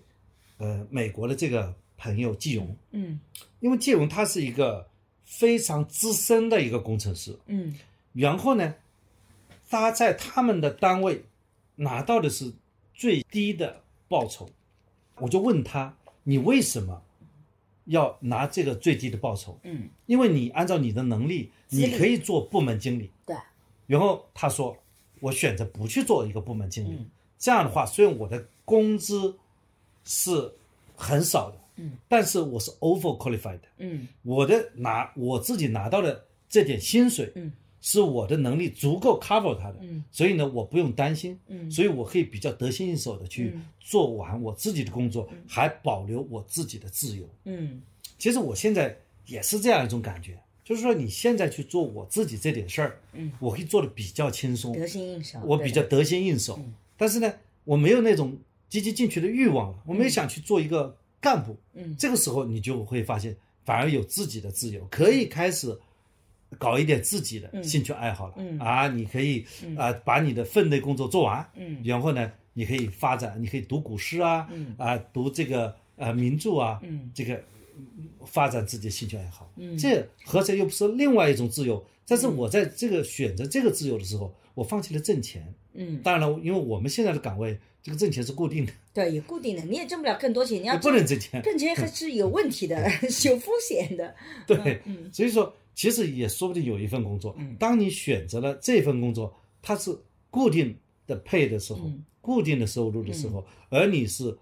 S3: 呃美国的这个朋友季荣，
S2: 嗯
S3: 因为季荣他是一个非常资深的一个工程师，
S2: 嗯
S3: 然后呢，他在他们的单位拿到的是最低的报酬，我就问他，你为什么要拿这个最低的报酬？
S2: 嗯，
S3: 因为你按照你的能力，
S2: 历
S3: 你可以做部门经理。
S2: 对，
S3: 然后他说，我选择不去做一个部门经理，
S2: 嗯
S3: 这样的话，虽然我的工资是很少的，
S2: 嗯，
S3: 但是我是 over qualified 的。
S2: 嗯
S3: 我的拿我自己拿到的这点薪水，
S2: 嗯，
S3: 是我的能力足够 cover 它的，
S2: 嗯，
S3: 所以呢，我不用担心，
S2: 嗯
S3: 所以我可以比较得心应手的去
S2: 嗯
S3: 做完我自己的工作，还保留我自己的自由。
S2: 嗯
S3: 其实我现在也是这样一种感觉，就是说你现在去做我自己这点事儿，嗯，我可以做的比较轻松，
S2: 得心应手。
S3: 我比较
S2: 啊对的嗯
S3: 得心应手，但是呢，我没有那种积极进取的欲望了，我没有想去做一个干部。
S2: 嗯
S3: 这个时候你就会发现，反而有自己的自由，可以开始搞一点自己的兴趣爱好了。
S2: 嗯
S3: 啊，你可以啊、把你的分内工作做完，
S2: 嗯
S3: 然后呢，你可以发展，你可以读古诗啊，
S2: 嗯
S3: 啊，读这个呃名著啊，
S2: 嗯
S3: 这个嗯发展自己的兴趣爱好，
S2: 嗯
S3: 这合起来又不是另外一种自由。但是我在这个选择这个自由的时候，我放弃了挣钱。
S2: 嗯，
S3: 当然了，因为我们现在的岗位，这个挣钱是固定的，
S2: 对，有固定的，你也挣不了更多钱，你要
S3: 也不能挣钱。
S2: 挣钱还是有问题的，是有风险的。
S3: 对，
S2: 嗯
S3: 所以说其实也说不定有一份工作，当你选择了这份工作，它是固定的配的时候，
S2: 嗯
S3: 固定的收入的时候，而你是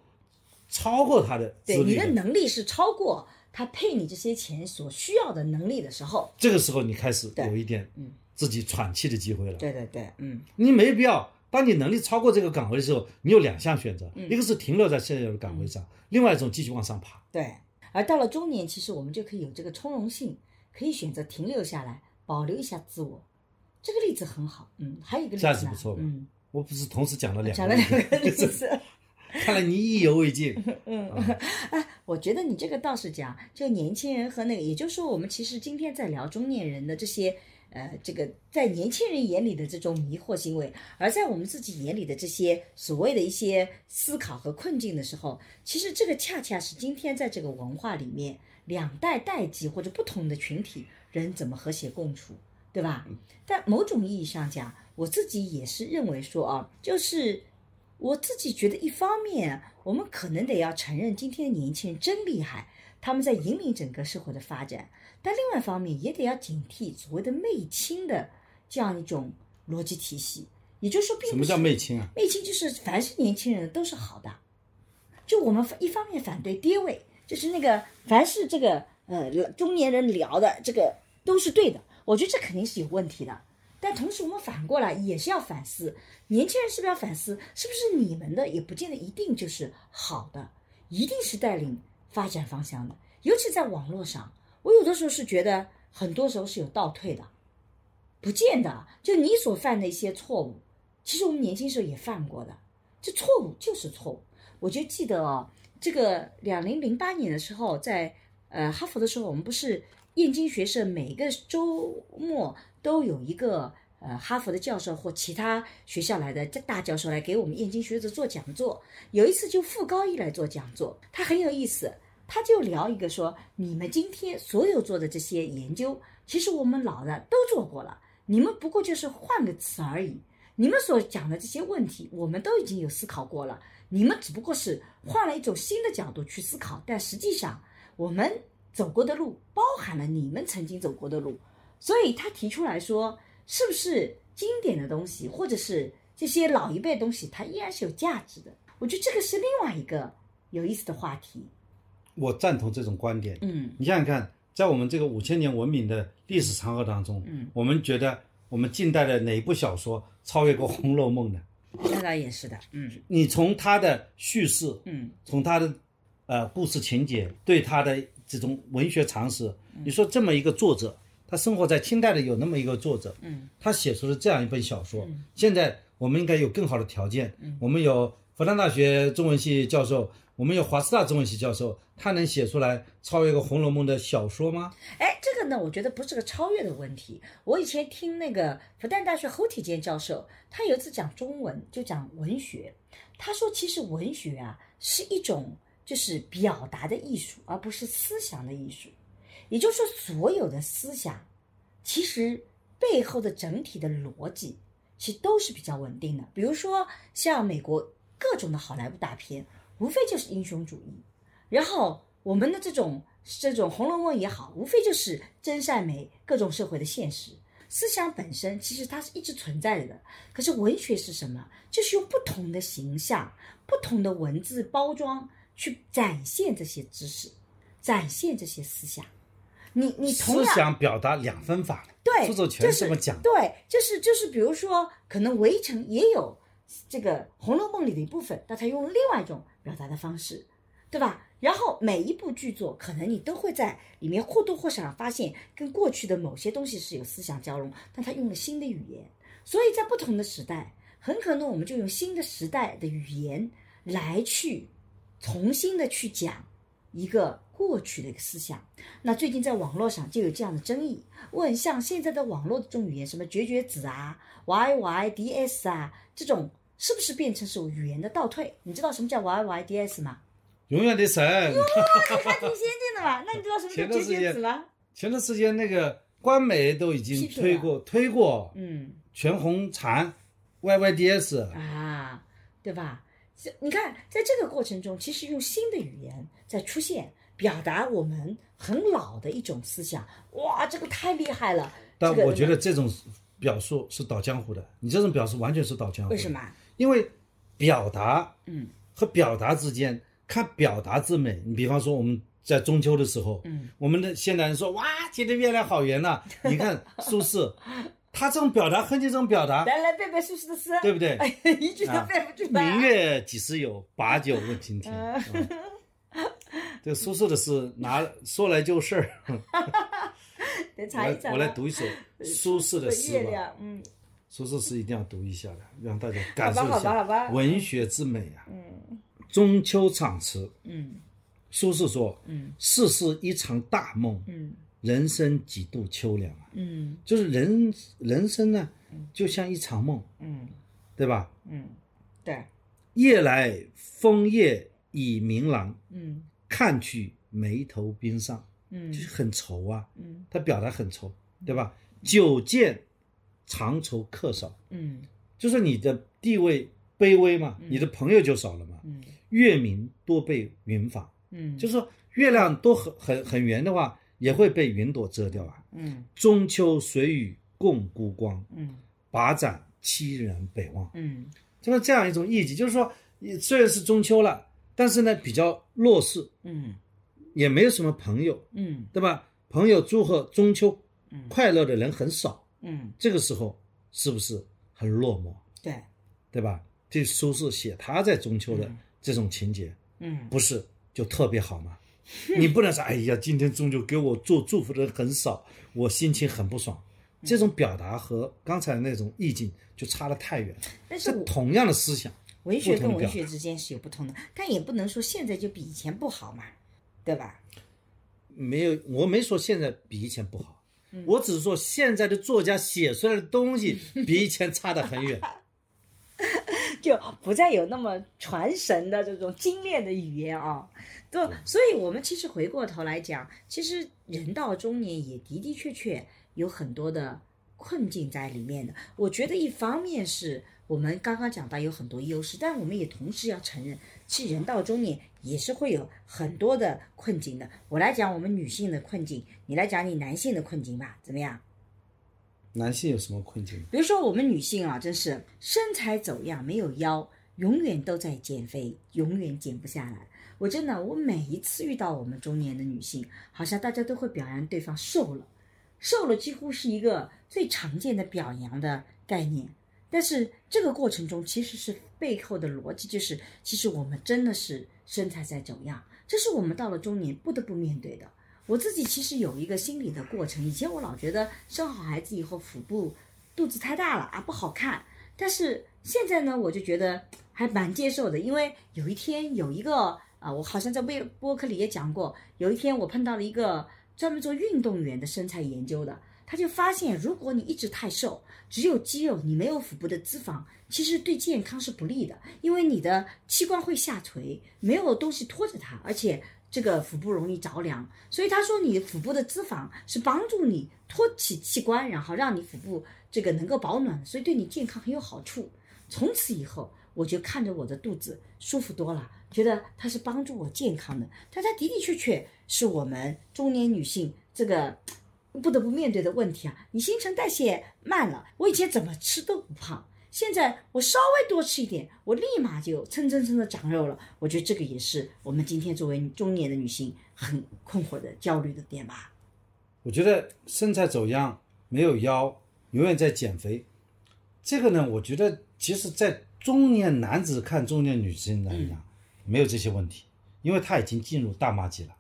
S3: 超过他的
S2: 对，
S3: 资
S2: 你
S3: 历
S2: 的
S3: 的，
S2: 能力是超过他配你这些钱所需要的能力的时候。
S3: 这个时候你开始有一点
S2: 嗯
S3: 自己喘气的机会了。
S2: 对对对，嗯
S3: 你没必要，当你能力超过这个岗位的时候，你有两项选择，
S2: 嗯
S3: 一个是停留在现有的岗位上，另外一种继续往上爬。
S2: 对。而到了中年，其实我们就可以有这个从容性，可以选择停留下来，保留一下自我。这个例子很好，嗯，还有一个例子
S3: 下
S2: 呢，
S3: 次不错吧
S2: 嗯，
S3: 我不是同时讲了两
S2: 讲
S3: 个
S2: 了
S3: 例
S2: 两
S3: 子，
S2: 个例子， 嗯
S3: 看来你意犹未 尽。嗯
S2: 哎我觉得你这个倒是讲，就年轻人和那个，也就是说，我们其实今天在聊中年人的这些呃，这个在年轻人眼里的这种迷惑行为，而在我们自己眼里的这些所谓的一些思考和困境的时候，其实这个恰恰是今天在这个文化里面，两代代际或者不同的群体人怎么和谐共处，对吧？
S3: 嗯
S2: 但某种意义上讲，我自己也是认为说啊，就是我自己觉得一方面，我们可能得要承认今天的年轻人真厉害，他们在引领整个社会的发展。但另外一方面也得要警惕所谓的媚亲的这样一种逻辑体系，也就是说，并
S3: 什
S2: 不
S3: 么叫
S2: 是
S3: 媚亲啊？
S2: 媚亲就是凡是年轻人都是好的，就我们一方面反对爹味，就是那个凡是这个呃中年人聊的这个都是对的，我觉得这肯定是有问题的。但同时，我们反过来也是要反思，年轻人是不是要反思，是不是你们的也不见得一定就是好的，一定是带领发展方向的。尤其在网络上，我有的时候是觉得很多时候是有倒退的，不见得就你所犯的一些错误，其实我们年轻时候也犯过的，这错误就是错误。我就记得哦，这个两零零八年的时候，在呃哈佛的时候，我们不是燕京学社每个周末都有一个呃哈佛的教授或其他学校来的大教授来给我们燕京学者做讲座。有一次就傅高义来做讲座，他很有意思，他就聊一个说，你们今天所有做的这些研究，其实我们老的都做过了，你们不过就是换个词而已。你们所讲的这些问题，我们都已经有思考过了，你们只不过是换了一种新的角度去思考，但实际上我们走过的路包含了你们曾经走过的路，所以他提出来说，是不是经典的东西，或者是这些老一辈的东西，它依然是有价值的？我觉得这个是另外一个有意思的话题。
S3: 我赞同这种观点。
S2: 嗯
S3: 你想想看，在我们这个五千年文明的历史长河当中，
S2: 嗯，
S3: 我们觉得我们近代的哪一部小说超越过《红楼梦》呢？
S2: 那倒也是的。嗯
S3: 你从它的叙事，
S2: 嗯
S3: 从它的呃故事情节，对它的这种文学常识，
S2: 嗯
S3: 你说这么一个作者，他生活在清代的有那么一个作者，
S2: 嗯
S3: 他写出了这样一本小说
S2: 嗯。
S3: 现在我们应该有更好的条件
S2: 嗯，
S3: 我们有复旦大学中文系教授，我们有华师大中文系教授，他能写出来超越个《红楼梦》的小说吗？
S2: 哎，这个呢，我觉得不是个超越的问题。我以前听那个复旦大学侯体健教授，他有一次讲中文，就讲文学。他说，其实文学啊是一种就是表达的艺术，而不是思想的艺术。也就是说，所有的思想，其实背后的整体的逻辑，其实都是比较稳定的。比如说，像美国各种的好莱坞大片，无非就是英雄主义，然后我们的这种这种《红楼梦》也好，无非就是真善美各种社会的现实。思想本身其实它是一直存在的，可是文学是什么？就是用不同的形象、不同的文字包装去展现这些知识，展现这些思想。你你哎同
S3: 思
S2: 样
S3: 想表达两分法，
S2: 对，
S3: 著作
S2: 就
S3: 权
S2: 是
S3: 这么讲。
S2: 对，就是就是，比如说，可能《围城》也有这个《红楼梦》里的一部分，但它用另外一种表达的方式，对吧？然后每一部剧作，可能你都会在里面或多或少发现跟过去的某些东西是有思想交融，但它用了新的语言，所以在不同的时代，很可能我们就用新的时代的语言来去重新的去讲一个过去的一个思想。那最近在网络上就有这样的争议，问像现在的网络这种语言，什么绝绝子啊、YYDS 啊，这种是不是变成是语言的倒退？你知道什么叫 YYDS 吗？
S3: 永远的神。
S2: 还挺先进的嘛。那你知道什么叫
S3: 前段
S2: 绝
S3: 时间
S2: 绝子吗？
S3: 前段时间那个官媒都已
S2: 批
S3: 经
S2: 评
S3: 推过推过
S2: 嗯
S3: 全红婵 YYDS，
S2: 啊，对吧？这你看，在这个过程中，其实用新的语言在出现，表达我们很老的一种思想。哇，这个太厉害了！
S3: 但
S2: 这个
S3: 我觉得这种表述是倒江湖的。你这种表述完全是倒江湖。
S2: 为什？么？
S3: 因为表达
S2: 嗯
S3: 和表达之间，看表达之美。你比方说我们在中秋的时候，
S2: 嗯，
S3: 我们的现代人说哇，今天月亮好圆呐、 你看苏轼，他这种表达和你这种表达，
S2: 来来背背苏轼的诗，
S3: 对不对？
S2: 一句都
S3: 啊
S2: 背不出来。
S3: 明 月几时有，把酒问青天。嗯 这苏轼的诗拿说来就是事儿，
S2: 得
S3: 我
S2: 查一
S3: 来
S2: 查吧。
S3: 我来 读一首苏轼的诗
S2: 啊月
S3: 吧。
S2: 亮，嗯
S3: 苏轼诗一定要读一下的，让大家感受
S2: 好吧好
S3: 一
S2: 吧好吧
S3: 下文学之美啊。
S2: 嗯
S3: 中秋场词，
S2: 嗯
S3: 苏轼说
S2: 嗯：“
S3: 世事一场大梦，
S2: 嗯
S3: 人生几度秋凉啊，
S2: 嗯
S3: 就是人人生呢，就像一场梦，
S2: 嗯
S3: 对吧？
S2: 嗯，对，
S3: 夜来风叶已明朗，
S2: 嗯
S3: 看去眉头冰上，
S2: 嗯
S3: 就是很愁啊。
S2: 嗯
S3: 他表达很愁，对吧？久见长愁客少，
S2: 嗯
S3: 就是你的地位卑微嘛，你的朋友就少了嘛。
S2: 嗯
S3: 月明多被云妨，
S2: 嗯，
S3: 就是是说月亮多很很很圆的话，也会被云朵遮掉啊。
S2: 嗯
S3: 中秋随雨共孤光，
S2: 嗯
S3: 把盏凄然北望，
S2: 嗯
S3: 就是这样一种意境。就是说，虽然是中秋了，但是呢比较弱势，
S2: 嗯
S3: 也没有什么朋友，
S2: 嗯
S3: 对吧？朋友祝贺中秋
S2: 嗯
S3: 快乐的人很少。
S2: 嗯，
S3: 这个时候是不是很落寞，
S2: 对，
S3: 对吧？这苏轼写他在中秋的这种情节，
S2: 嗯
S3: 不是就特别好吗？你不能说，哎呀，今天中秋给我做祝福的人很少，我心情很不爽。这种表达和刚才那种意境就差得太远了，
S2: 但是
S3: 是
S2: 我
S3: 同样的思想。
S2: 文学跟
S3: 不同
S2: 文
S3: 表
S2: 学之间是有不同的，但也不能说现在就比以前不好嘛，对吧？
S3: 没有，我没说现在比以前不好，我只是说现在的作家写出来的东西比以前差得很远。
S2: 就不再有那么传神的这种精炼的语言啊、对，所以我们其实回过头来讲，其实人到中年也的的确确有很多的困境在里面的。我觉得一方面是我们刚刚讲到有很多优势，但我们也同时要承认，其实人到中年也是会有很多的困境的。我来讲我们女性的困境，你来讲你男性的困境吧，怎么样？
S3: 男性有什么困境？
S2: 比如说我们女性啊，真是身材走样，没有腰，永远都在减肥，永远减不下来。我真的，我每一次遇到我们中年的女性，好像大家都会表扬对方瘦了，瘦了几乎是一个最常见的表扬的概念。但是这个过程中，其实是背后的逻辑就是，其实我们真的是身材在走样，这是我们到了中年不得不面对的。我自己其实有一个心理的过程，以前我老觉得生好孩子以后腹部肚子太大了啊，不好看。但是现在呢，我就觉得还蛮接受的，因为有一天有一个啊，我好像在微播客里也讲过，有一天我碰到了一个专门做运动员的身材研究的，他就发现，如果你一直太瘦，只有肌肉，你没有腹部的脂肪，其实对健康是不利的，因为你的器官会下垂，没有东西拖着它，而且这个腹部容易着凉。所以他说，你腹部的脂肪是帮助你托起器官，然后让你腹部这个能够保暖，所以对你健康很有好处。从此以后，我就看着我的肚子舒服多了，觉得它是帮助我健康的。但它的的确确是我们中年女性这个不得不面对的问题啊！你新陈代谢慢了，我以前怎么吃都不胖，现在我稍微多吃一点，我立马就蹭蹭蹭的长肉了。我觉得这个也是我们今天作为中年的女性很困惑的、焦虑的点吧。
S3: 我觉得身材走样，没有腰，永远在减肥，这个呢，我觉得其实，在中年男子看中年女性来
S2: 嗯
S3: 讲，没有这些问题，因为他已经进入大妈级了，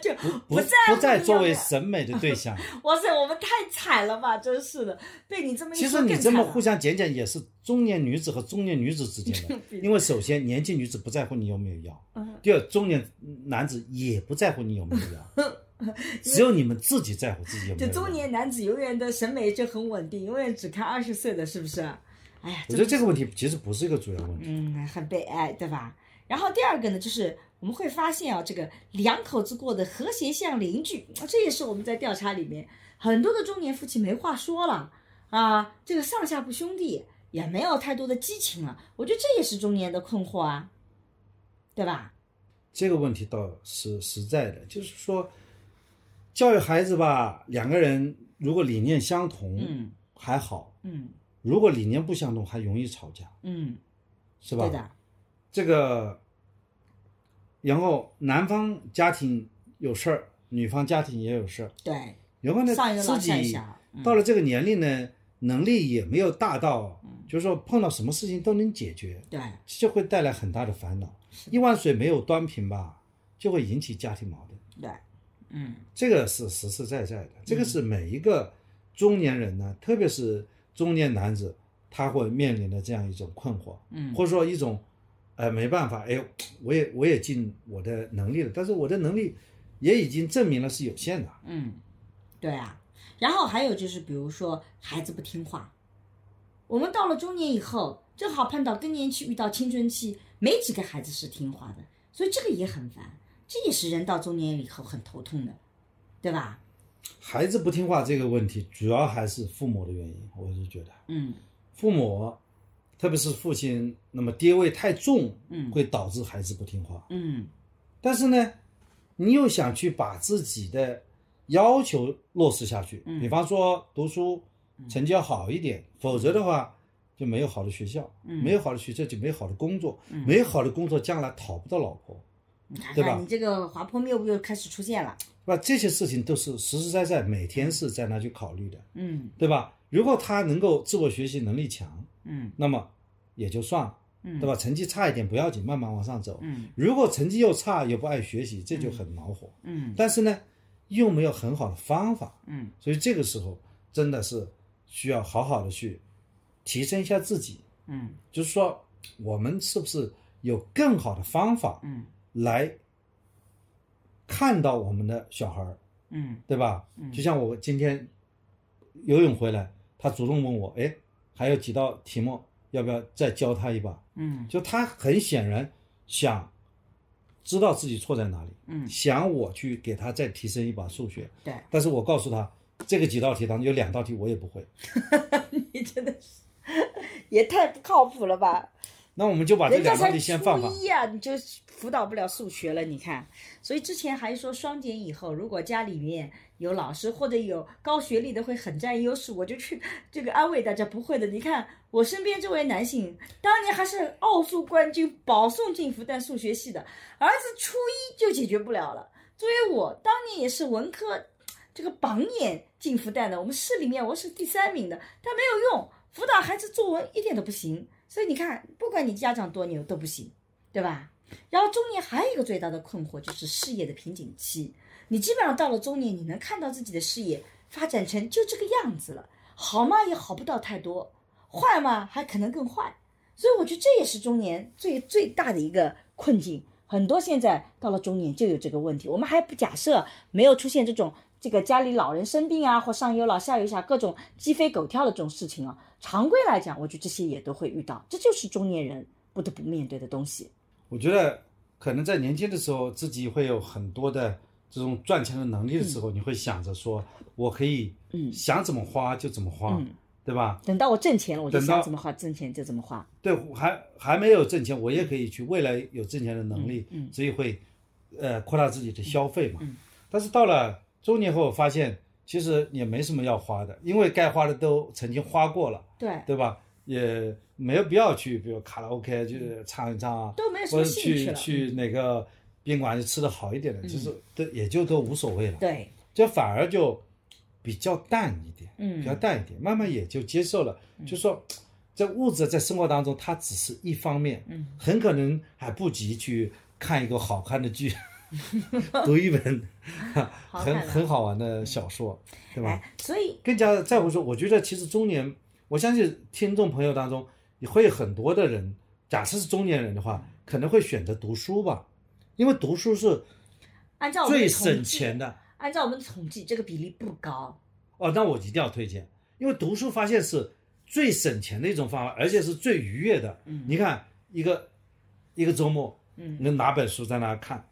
S2: 就
S3: 不
S2: 嗯在乎
S3: 不再
S2: 你
S3: 作
S2: 了
S3: 为审美的 对象。
S2: 哇塞，我们太惨了吧！真是的，被你这啊么一
S3: 其
S2: 说
S3: 实你
S2: 更
S3: 这么
S2: 惨了，
S3: 互相减减，也是中年女子和中年女子之间的
S2: 比
S3: 因为首先年轻女子不在乎你有没有腰
S2: 嗯，
S3: 第二中年男子也不在乎你有没 有腰，只有你们自己在乎自己有没
S2: 就
S3: 有腰。
S2: 中年男子永远的审美就很稳定，永远只看二十岁的，是不是？哎呀，
S3: 我觉得这个问题其实不是一个主要问题。
S2: 嗯，很悲哀，对吧？然后第二个呢，就是我们会发现啊，这个两口子过得和谐像邻居，啊这也是我们在调查里面很多的中年夫妻没话说了啊，这个上下不兄弟，也没有太多的激情了。我觉得这也是中年的困惑啊，对吧？
S3: 这个问题倒是实在的，就是说，教育孩子吧，两个人如果理念相同，
S2: 嗯
S3: 还好；
S2: 嗯
S3: 如果理念不相同，还容易吵架，
S2: 嗯，
S3: 是吧？
S2: 对的，
S3: 这个，然后男方家庭有事儿，女方家庭也有事儿，
S2: 对，
S3: 然后呢，
S2: 上一个老
S3: 自
S2: 下一
S3: 己
S2: 小，嗯
S3: 到了这个年龄呢，能力也没有大到，
S2: 嗯
S3: 就是说碰到什么事情都能解决，
S2: 对，
S3: 这会带来很大的烦恼。一碗水没有端平吧，就会引起家庭矛盾。
S2: 对，嗯
S3: 这个是实实在在的，这个是每一个中年人呢，特别是中年男子，他会面临的这样一种困惑，
S2: 嗯
S3: 或者说一种，呃，没办法，哎，我也我也尽我的能力了，但是我的能力也已经证明了是有限的。
S2: 嗯，对啊。然后还有就是，比如说孩子不听话，我们到了中年以后，正好碰到更年期，遇到青春期，没几个孩子是听话的，所以这个也很烦，这也是人到中年以后很头痛的，对吧？
S3: 孩子不听话这个问题，主要还是父母的原因，我是觉得
S2: 嗯
S3: 父母，特别是父亲，那么爹味太重，
S2: 嗯
S3: 会导致孩子不听话。
S2: 嗯
S3: 但是呢，你又想去把自己的要求落实下去，
S2: 嗯
S3: 比方说读书成绩要好一点，否则的话就没有好的学校，
S2: 嗯
S3: 没有好的学校就没有好的工作，
S2: 嗯
S3: 没有好的工作将来讨不到老婆，
S2: 你看
S3: 对吧
S2: 看你这个滑坡谬误又开始出现了。
S3: 对吧？这些事情都是实实在在每天是在那去考虑的，
S2: 嗯
S3: 对吧？如果他能够自我学习能力强，
S2: 嗯
S3: 那么也就算了，
S2: 嗯，
S3: 对吧？？成绩差一点不要紧，慢慢往上走。
S2: 嗯
S3: 如果成绩又差又不爱学习，这就很恼火。
S2: 嗯
S3: 但是呢，又没有很好的方法，
S2: 嗯
S3: 所以这个时候真的是需要好好的去提升一下自己，
S2: 嗯
S3: 就是说我们是不是有更好的方法
S2: 嗯
S3: 来看到我们的小孩儿，
S2: 嗯
S3: 对吧？
S2: 嗯
S3: 就像我今天游泳回来，他主动问我，哎，还有几道题目，要不要再教他一把？
S2: 嗯
S3: 就他很显然想知道自己错在哪里，
S2: 嗯，
S3: 想我去给他再提升一把数学，
S2: 对，
S3: 但是我告诉他，这个几道题当中有两道题我也不会，
S2: 你真的是 也太不靠谱了吧？
S3: 那我们就把这
S2: 人家
S3: 两道
S2: 才
S3: 题先放放
S2: 初。一啊，你就辅导不了数学了，你看。所以之前还说双减以后，如果家里面有老师或者有高学历的会很占优势，我就去这个安慰大家不会的。你看我身边这位男性，当年还是奥数冠军、保送进复旦数学系的，儿子初一就解决不了了。作为我当年也是文科这个榜眼进复旦的，我们市里面我是第三名的，但没有用，辅导孩子作文一点都不行。所以你看，不管你家长多牛都不行，对吧？然后中年还有一个最大的困惑就是事业的瓶颈期，你基本上到了中年，你能看到自己的事业发展成就这个样子了，好嘛也好不到太多，坏嘛还可能更坏，所以我觉得这也是中年最最大的一个困境。很多现在到了中年就有这个问题，我们还不假设没有出现这种这个家里老人生病啊，或上有老下有小各种鸡飞狗跳的这种事情啊，常规来讲，我觉得这些也都会遇到，这就是中年人不得不面对的东西。
S3: 我觉得可能在年轻的时候，自己会有很多的这种赚钱的能力的时候，你会想着说，我可以
S2: 嗯
S3: 想怎么花就怎么花，
S2: 嗯
S3: 对吧？
S2: 等到我挣钱了，我就
S3: 等到
S2: 想怎么花挣钱就怎么花。
S3: 对，还还没有挣钱，我也可以去未来有挣钱的能力，
S2: 嗯嗯
S3: 所以会呃扩大自己的消费嘛。
S2: 嗯嗯
S3: 但是到了中年后，发现其实也没什么要花的，因为该花的都曾经花过了，
S2: 对，
S3: 对吧？也没有必要去，比如卡拉 OK 啊去唱一唱啊，
S2: 嗯都没有什
S3: 或
S2: 么
S3: 者
S2: 兴趣
S3: 去
S2: 了。嗯
S3: 去哪个宾馆去吃的好一点的，就是都也就都无所谓了，
S2: 对，
S3: 这反而就比较淡一点。比较
S2: 嗯
S3: 淡一点，慢慢也就接受了。就说，在物质在生活当中，它只是一方面，
S2: 嗯
S3: 很可能还不及去看一个好看的剧， 读一本
S2: 好
S3: 很
S2: 看的
S3: 很好玩的小说，对吧？
S2: 哎，所以
S3: 更加在乎说，我觉得其实中年，我相信听众朋友当中也会有很多的人，假设是中年人的话，
S2: 嗯
S3: 可能会选择读书吧，因为读书是
S2: 按照我们
S3: 最
S2: 的统
S3: 省
S2: 计，
S3: 钱的。
S2: 按照我们的统计，这个比例不高。
S3: 哦，那我一定要推荐，因为读书发现是最省钱的一种方法，而且是最愉悦的。
S2: 嗯
S3: 你看一个一个周末，
S2: 嗯
S3: 能拿本书在那看，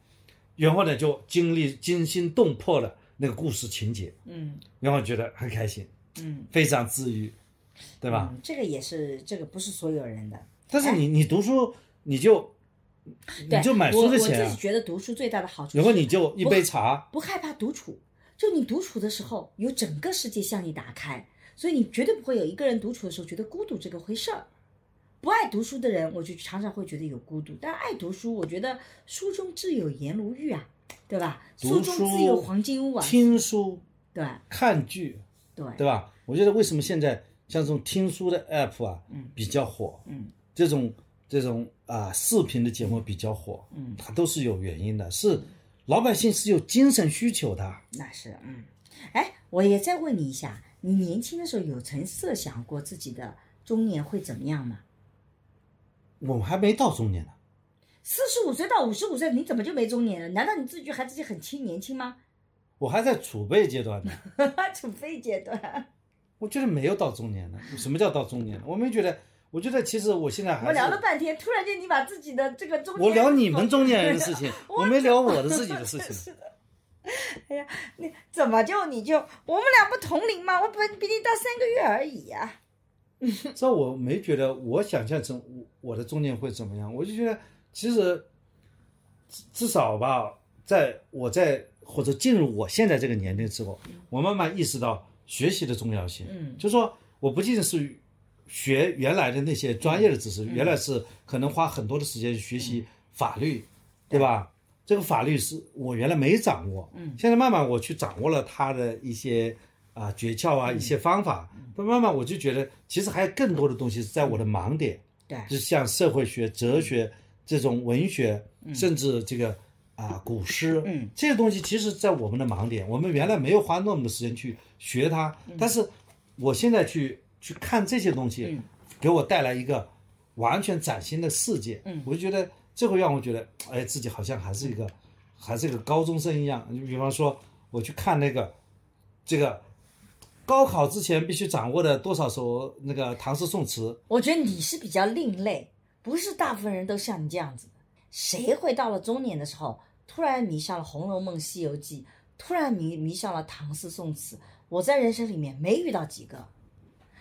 S3: 然后呢就经历惊心动魄的那个故事情节，
S2: 嗯
S3: 然后觉得很开心，
S2: 嗯，
S3: 非常治愈，对吧？
S2: 嗯这个也是，这个不是所有人的。
S3: 但是你你读书你就
S2: 对
S3: 你就买书的
S2: 我
S3: 钱
S2: 我自
S3: 啊
S2: 己，觉得读书最大的好处是，
S3: 然后你就一杯茶，
S2: 不害怕独处，就你独处的时候，有整个世界向你打开，所以你绝对不会有一个人独处的时候觉得孤独这个回事儿。不爱读书的人，我就常常会觉得有孤独，但爱读书，我觉得书中自有颜如玉啊，对吧？书
S3: 读
S2: 中
S3: 书
S2: 自有黄金屋啊，
S3: 听书
S2: 对
S3: 看剧，
S2: 对
S3: 对吧？我觉得为什么现在像这种听书的 app 啊，
S2: 嗯
S3: 比较火，
S2: 嗯，
S3: 这种这种啊、视频的节目比较火，
S2: 嗯
S3: 它都是有原因的，是老百姓是有精神需求的。
S2: 那是嗯。哎，我也再问你一下，你年轻的时候有曾设想过自己的中年会怎么样吗？
S3: 我们还没到中年呢，
S2: 四十五岁到五十五岁，你怎么就没中年了？难道你自己觉得还自己很轻年轻吗？
S3: 我还在储备阶段呢，
S2: 储备阶段，
S3: 我觉得没有到中年呢。什么叫到中年？我没觉得，我觉得其实我现在
S2: 我
S3: 还
S2: 们
S3: 是
S2: 聊了半天，突然间你把自己的这个中年，
S3: 我聊你们中年人的事情，
S2: 我
S3: 我没聊我的自己的事情。
S2: 哎你怎么就你就我们俩不同龄吗？我本比你大三个月而已啊呀、
S3: 这我没觉得，我想象成我我的中年会怎么样？我就觉得其实至至少吧，在我在或者进入我现在这个年龄之后，我慢慢意识到学习的重要性。
S2: 嗯
S3: 就说我不仅是学原来的那些专业的知识，原来是可能花很多的时间学习法律，嗯对吧？这个法律是我原来没掌握，嗯，现在慢慢我去掌握了它的一些啊、诀窍啊，一些方法，
S2: 嗯
S3: 那、慢慢我就觉得其实还有更多的东西是在我的盲点，
S2: 嗯对嗯
S3: 就像社会学、哲学这种文学，甚至这个啊、古诗，
S2: 嗯，
S3: 这些东西其实在我们的盲点，我们原来没有花那么多时间去学它，
S2: 嗯
S3: 但是我现在去去看这些东西，
S2: 嗯
S3: 给我带来一个完全崭新的世界，嗯，我就觉得这会让我觉得，哎，自己好像还是一个、还是一个高中生一样。就比方说，我去看那个这个。高考之前必须掌握的多少首那个唐诗宋词，
S2: 我觉得你是比较另类，不是大部分人都像你这样子的。谁会到了中年的时候，突然迷上了《红楼梦》《西游记》，突然迷迷上了唐诗宋词？我在人生里面没遇到几个，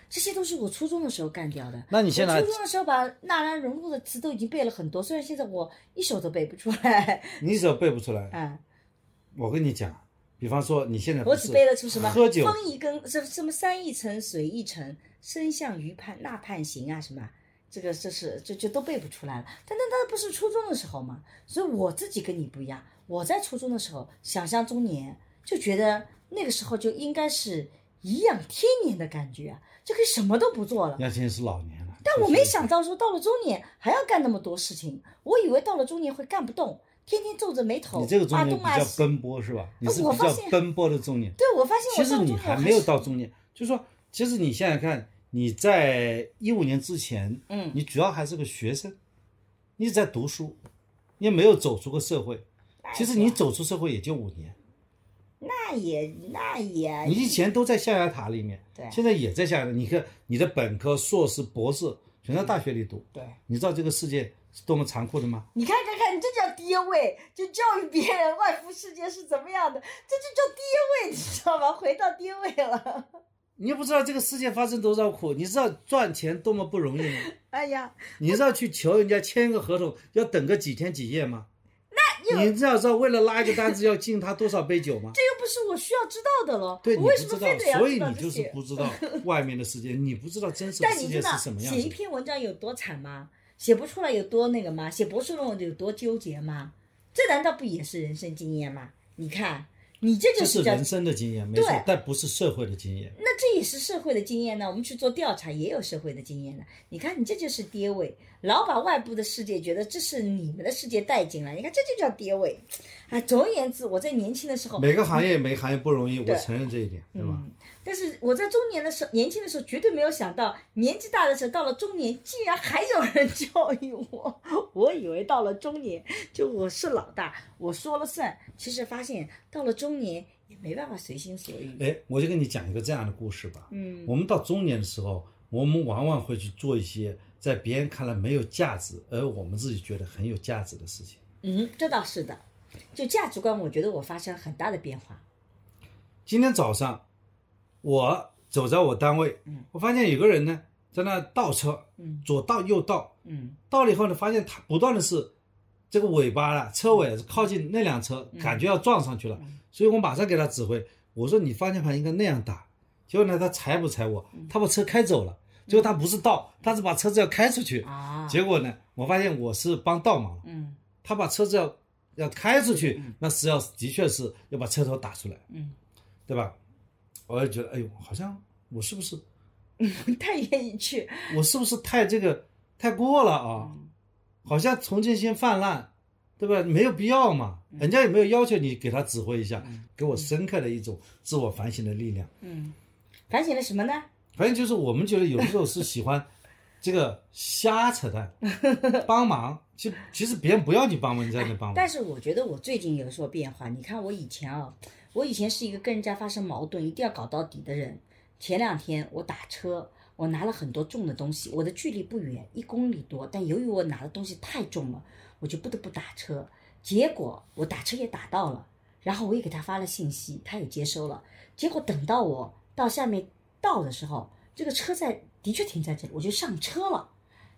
S2: 这些都是我初中的时候干掉的。
S3: 那你现在
S2: 我初中的时候把纳兰容若的词都已经背了很多，虽然现在我一首都背不出来。
S3: 你怎么背不出来？
S2: 嗯，
S3: 我跟你讲，比方说你现在不
S2: 我
S3: 是
S2: 只背得出什么“
S3: 喝酒
S2: 风一更”什什么“山一程，水一程，身向榆畔那畔行”啊，什么啊这个这是这就都背不出来了。但那那不是初中的时候嘛，所以我自己跟你不一样。我在初中的时候想象中年，就觉得那个时候就应该是颐养天年的感觉啊，就可以什么都不做了。
S3: 杨先是老年了，
S2: 但我没想到说到了中年还要干那么多事情，我以为到了中年会干不动，天天皱着眉头，
S3: 你这个中
S2: 啊
S3: 年
S2: 东
S3: 比
S2: 啊
S3: 较
S2: 西。
S3: 奔波是吧？你是
S2: 我
S3: 比
S2: 发
S3: 较
S2: 现
S3: 奔波的中年。
S2: 对，我发现
S3: 其
S2: 我到了
S3: 实你
S2: 中年我
S3: 还没有
S2: 是
S3: 到中年，就说其实你现在看你在一五年之前，
S2: 嗯
S3: 你主要还是个学生，你一直在读书，你也没有走出过社会。
S2: 哎
S3: 其实
S2: 啊
S3: 你走出社会也就五年，
S2: 那也那也，
S3: 你以前都在象牙塔里面，
S2: 哎对
S3: 现在也在象牙塔。你看你的本科、硕士、博士全在大学里读，
S2: 对，
S3: 你知道这个世界是多么残酷的吗？
S2: 你看看看，这叫爹味，就教育别人外部世界是怎么样的，这就叫爹味，你知道吗？回到爹味了。
S3: 你不知道这个世界发生多少苦，你知道赚钱多么不容易吗？
S2: 哎呀，
S3: 你知道去求人家签个合同要等个几天几夜吗？那你知道知道为了拉一个单子要敬他多少杯酒吗？
S2: 这又不是我需要知道的了，
S3: 对，你
S2: 我
S3: 不
S2: 为什
S3: 知
S2: 么
S3: 道
S2: 非得，要
S3: 所以
S2: 知道
S3: 你
S2: 这
S3: 就是
S2: 些
S3: 不 知道外面的世界，你不知道真实的
S2: 但
S3: 世
S2: 你
S3: 界
S2: 知道
S3: 是什么样
S2: 写一
S3: 子。
S2: 篇文章有多惨吗？写不出来有多那个吗？写博士论文有多纠结吗？这难道不也是人生经验吗？你看，你这就
S3: 这是
S2: 叫
S3: 人生的经验，没错
S2: 对，
S3: 但不是社会的经验。
S2: 那这也是社会的经验呢。我们去做调查也有社会的经验呢。你看，你这就是跌位，老把外部的世界觉得这是你们的世界带进来，你看这就叫跌位。啊，总而言之，我在年轻的时候，
S3: 每个行业每个行业不容易，我
S2: 哦对
S3: 承认这一点，对吧？
S2: 但是我在中年的时候，年轻的时候绝对没有想到，年纪大的时候到了中年，竟然还有人教育我。我以为到了中年就我是老大，我说了算。其实发现到了中年也没办法随心所欲。
S3: 哎，我就跟你讲一个这样的故事吧。
S2: 嗯，
S3: 我们到中年的时候，我们往往会去做一些在别人看来没有价值，而我们自己觉得很有价值的事情。
S2: 嗯，这倒是的。就价值观，我觉得我发生了很大的变化。
S3: 今天早上，我走在我单位，
S2: 嗯
S3: 我发现有个人呢在那倒车，
S2: 嗯
S3: 左倒右倒，
S2: 嗯
S3: 倒了以后呢，发现他不断的是这个尾巴啊，车尾啊是靠近那辆车，
S2: 嗯
S3: 感觉要撞上去了，所以我马上给他指挥，我说你方向盘应该那样打。结果呢，他踩不踩我，
S2: 嗯
S3: 他把车开走了。结果他不是倒，他是把车子要开出去。
S2: 啊，
S3: 结果呢，我发现我是帮倒忙了，
S2: 嗯
S3: 他把车子要要开出去，那是要的确是要把车头打出来，
S2: 嗯，
S3: 对吧？我就觉得，哎呦，好像我是不是
S2: 太愿意去。
S3: 我是不是太这个太过了啊？
S2: 嗯
S3: 好像从前先泛滥，对吧？没有必要嘛，
S2: 嗯
S3: 人家也没有要求你给他指挥一下，给我深刻的一种自我反省的力量。
S2: 嗯，反省了什么呢？
S3: 反正就是我们觉得有的时候是喜欢这个瞎扯淡，帮忙，其其实别人不要你帮忙，你在那帮忙，
S2: 但是我觉得我最近有所变化。你看我以前啊，我以前是一个跟人家发生矛盾一定要搞到底的人。前两天我打车，我拿了很多重的东西，我的距离不远，一公里多，但由于我拿的东西太重了，我就不得不打车。结果我打车也打到了，然后我也给他发了信息，他也接收了。结果等到我到下面到的时候，这个车在的确停在这里，我就上车了。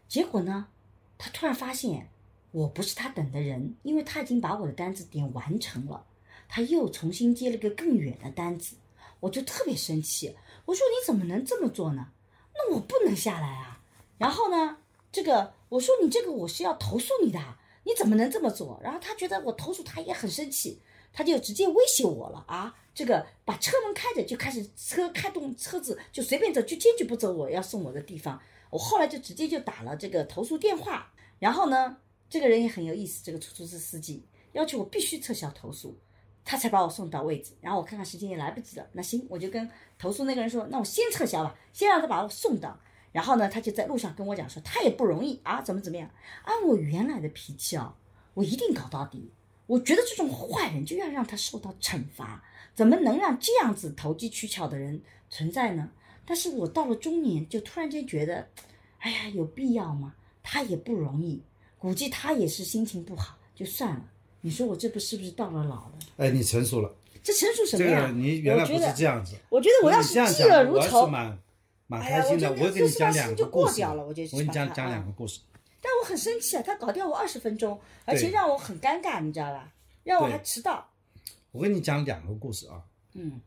S2: 结果呢，他突然发现我不是他等的人，因为他已经把我的单子点完成了，他又重新接了个更远的单子，我就特别生气，我说你怎么能这么做呢？那我不能下来啊。然后呢，这个我说你这个我是要投诉你的，你怎么能这么做？然后他觉得我投诉他也很生气，他就直接威胁我了啊，这个把车门开着就开始车开动车子就随便走，就坚决不走我要送我的地方。我后来就直接就打了这个投诉电话，然后呢，这个人也很有意思，这个出租车司机要求我必须撤销投诉，他才把我送到位置。然后我看看时间也来不及了，那行，我就跟投诉那个人说，那我先撤销吧，先让他把我送到。然后呢，他就在路上跟我讲说，他也不容易啊，怎么怎么样。按我原来的脾气啊，我一定搞到底。我觉得这种坏人就要让他受到惩罚，怎么能让这样子投机取巧的人存在呢？但是我到了中年，就突然间觉得，哎呀，有必要吗？他也不容易，估计他也是心情不好，就算了。你说我这不是不是到了老了？
S3: 哎，你成熟了，
S2: 这成熟什
S3: 这
S2: 么呀？
S3: 个你原来
S2: 我
S3: 不
S2: 觉
S3: 是
S2: 得，
S3: 这样子，
S2: 我觉得我要
S3: 你
S2: 是
S3: 这样
S2: 嫉
S3: 讲
S2: 恶如
S3: 我是
S2: 仇，
S3: 蛮蛮
S2: 哎呀
S3: 开心的，
S2: 我觉得
S3: 我给
S2: 就
S3: 你
S2: 是
S3: 讲
S2: 把
S3: 两
S2: 心
S3: 个
S2: 就
S3: 故
S2: 过
S3: 事，
S2: 掉了我觉得就是
S3: 给你
S2: 把
S3: 讲
S2: 它
S3: 讲
S2: 啊
S3: 两个故事，
S2: 但我很生气啊，他搞掉我二十分钟，而且
S3: 对
S2: 让我很尴尬，你知道吧？让我还
S3: 对
S2: 迟到。
S3: 我给你讲两个故事啊，
S2: 嗯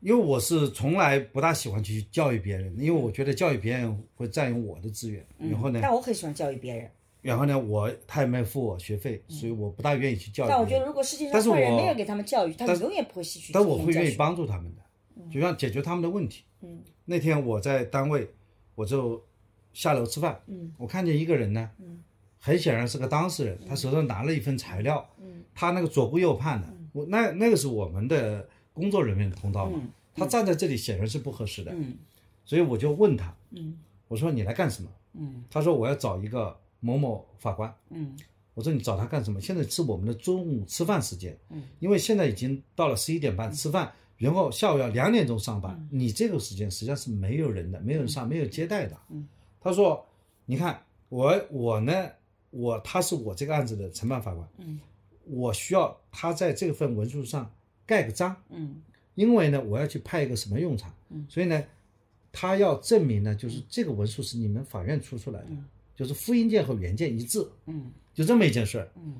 S3: 因为我是从来不大喜欢去教育别人，因为我觉得教育别人会占用我的资源，然后呢，
S2: 嗯但我很喜欢教育别人，
S3: 然后呢，我他也没付我学费，所以我不大愿意去教育
S2: 嗯
S3: 别
S2: 但
S3: 人。
S2: 我觉得如果世界上
S3: 但是
S2: 坏人
S3: 我
S2: 没有给他们教育，他
S3: 但
S2: 们
S3: 是
S2: 永远不会吸取
S3: 但
S2: 经
S3: 我
S2: 验
S3: 会
S2: 教
S3: 愿意
S2: 训。
S3: 帮助他们
S2: 嗯
S3: 的，就让解决他们的问题。嗯，那天我在单位，我就下楼吃饭，嗯，我看见一个人呢，嗯，很显然是个当事人，他手上拿了一份材料，嗯，他那个左顾右盼的，我那那个是我们的工作人员的通道嘛，他站在这里显然是不合适的，
S2: 嗯
S3: 所以我就问他，
S2: 嗯
S3: 我说你来干什么？
S2: 嗯
S3: 他说我要找一个某某法官，
S2: 嗯
S3: 我说你找他干什么？现在是我们的中午吃饭时间，
S2: 嗯，
S3: 因为现在已经到了十一点半吃饭，然后下午要两点钟上班，你这个时间实际上是没有人的，没有人上，没有接待的。
S2: 嗯，
S3: 他说，你看我我呢，我他是我这个案子的承办法官，
S2: 嗯
S3: 我需要他在这份文书上盖个章，
S2: 嗯
S3: 因为呢我要去派一个什么用场，
S2: 嗯
S3: 所以呢，他要证明呢，就是这个文书是你们法院出出来的，
S2: 嗯
S3: 就是复印件和原件一致，
S2: 嗯
S3: 就这么一件事儿。
S2: 嗯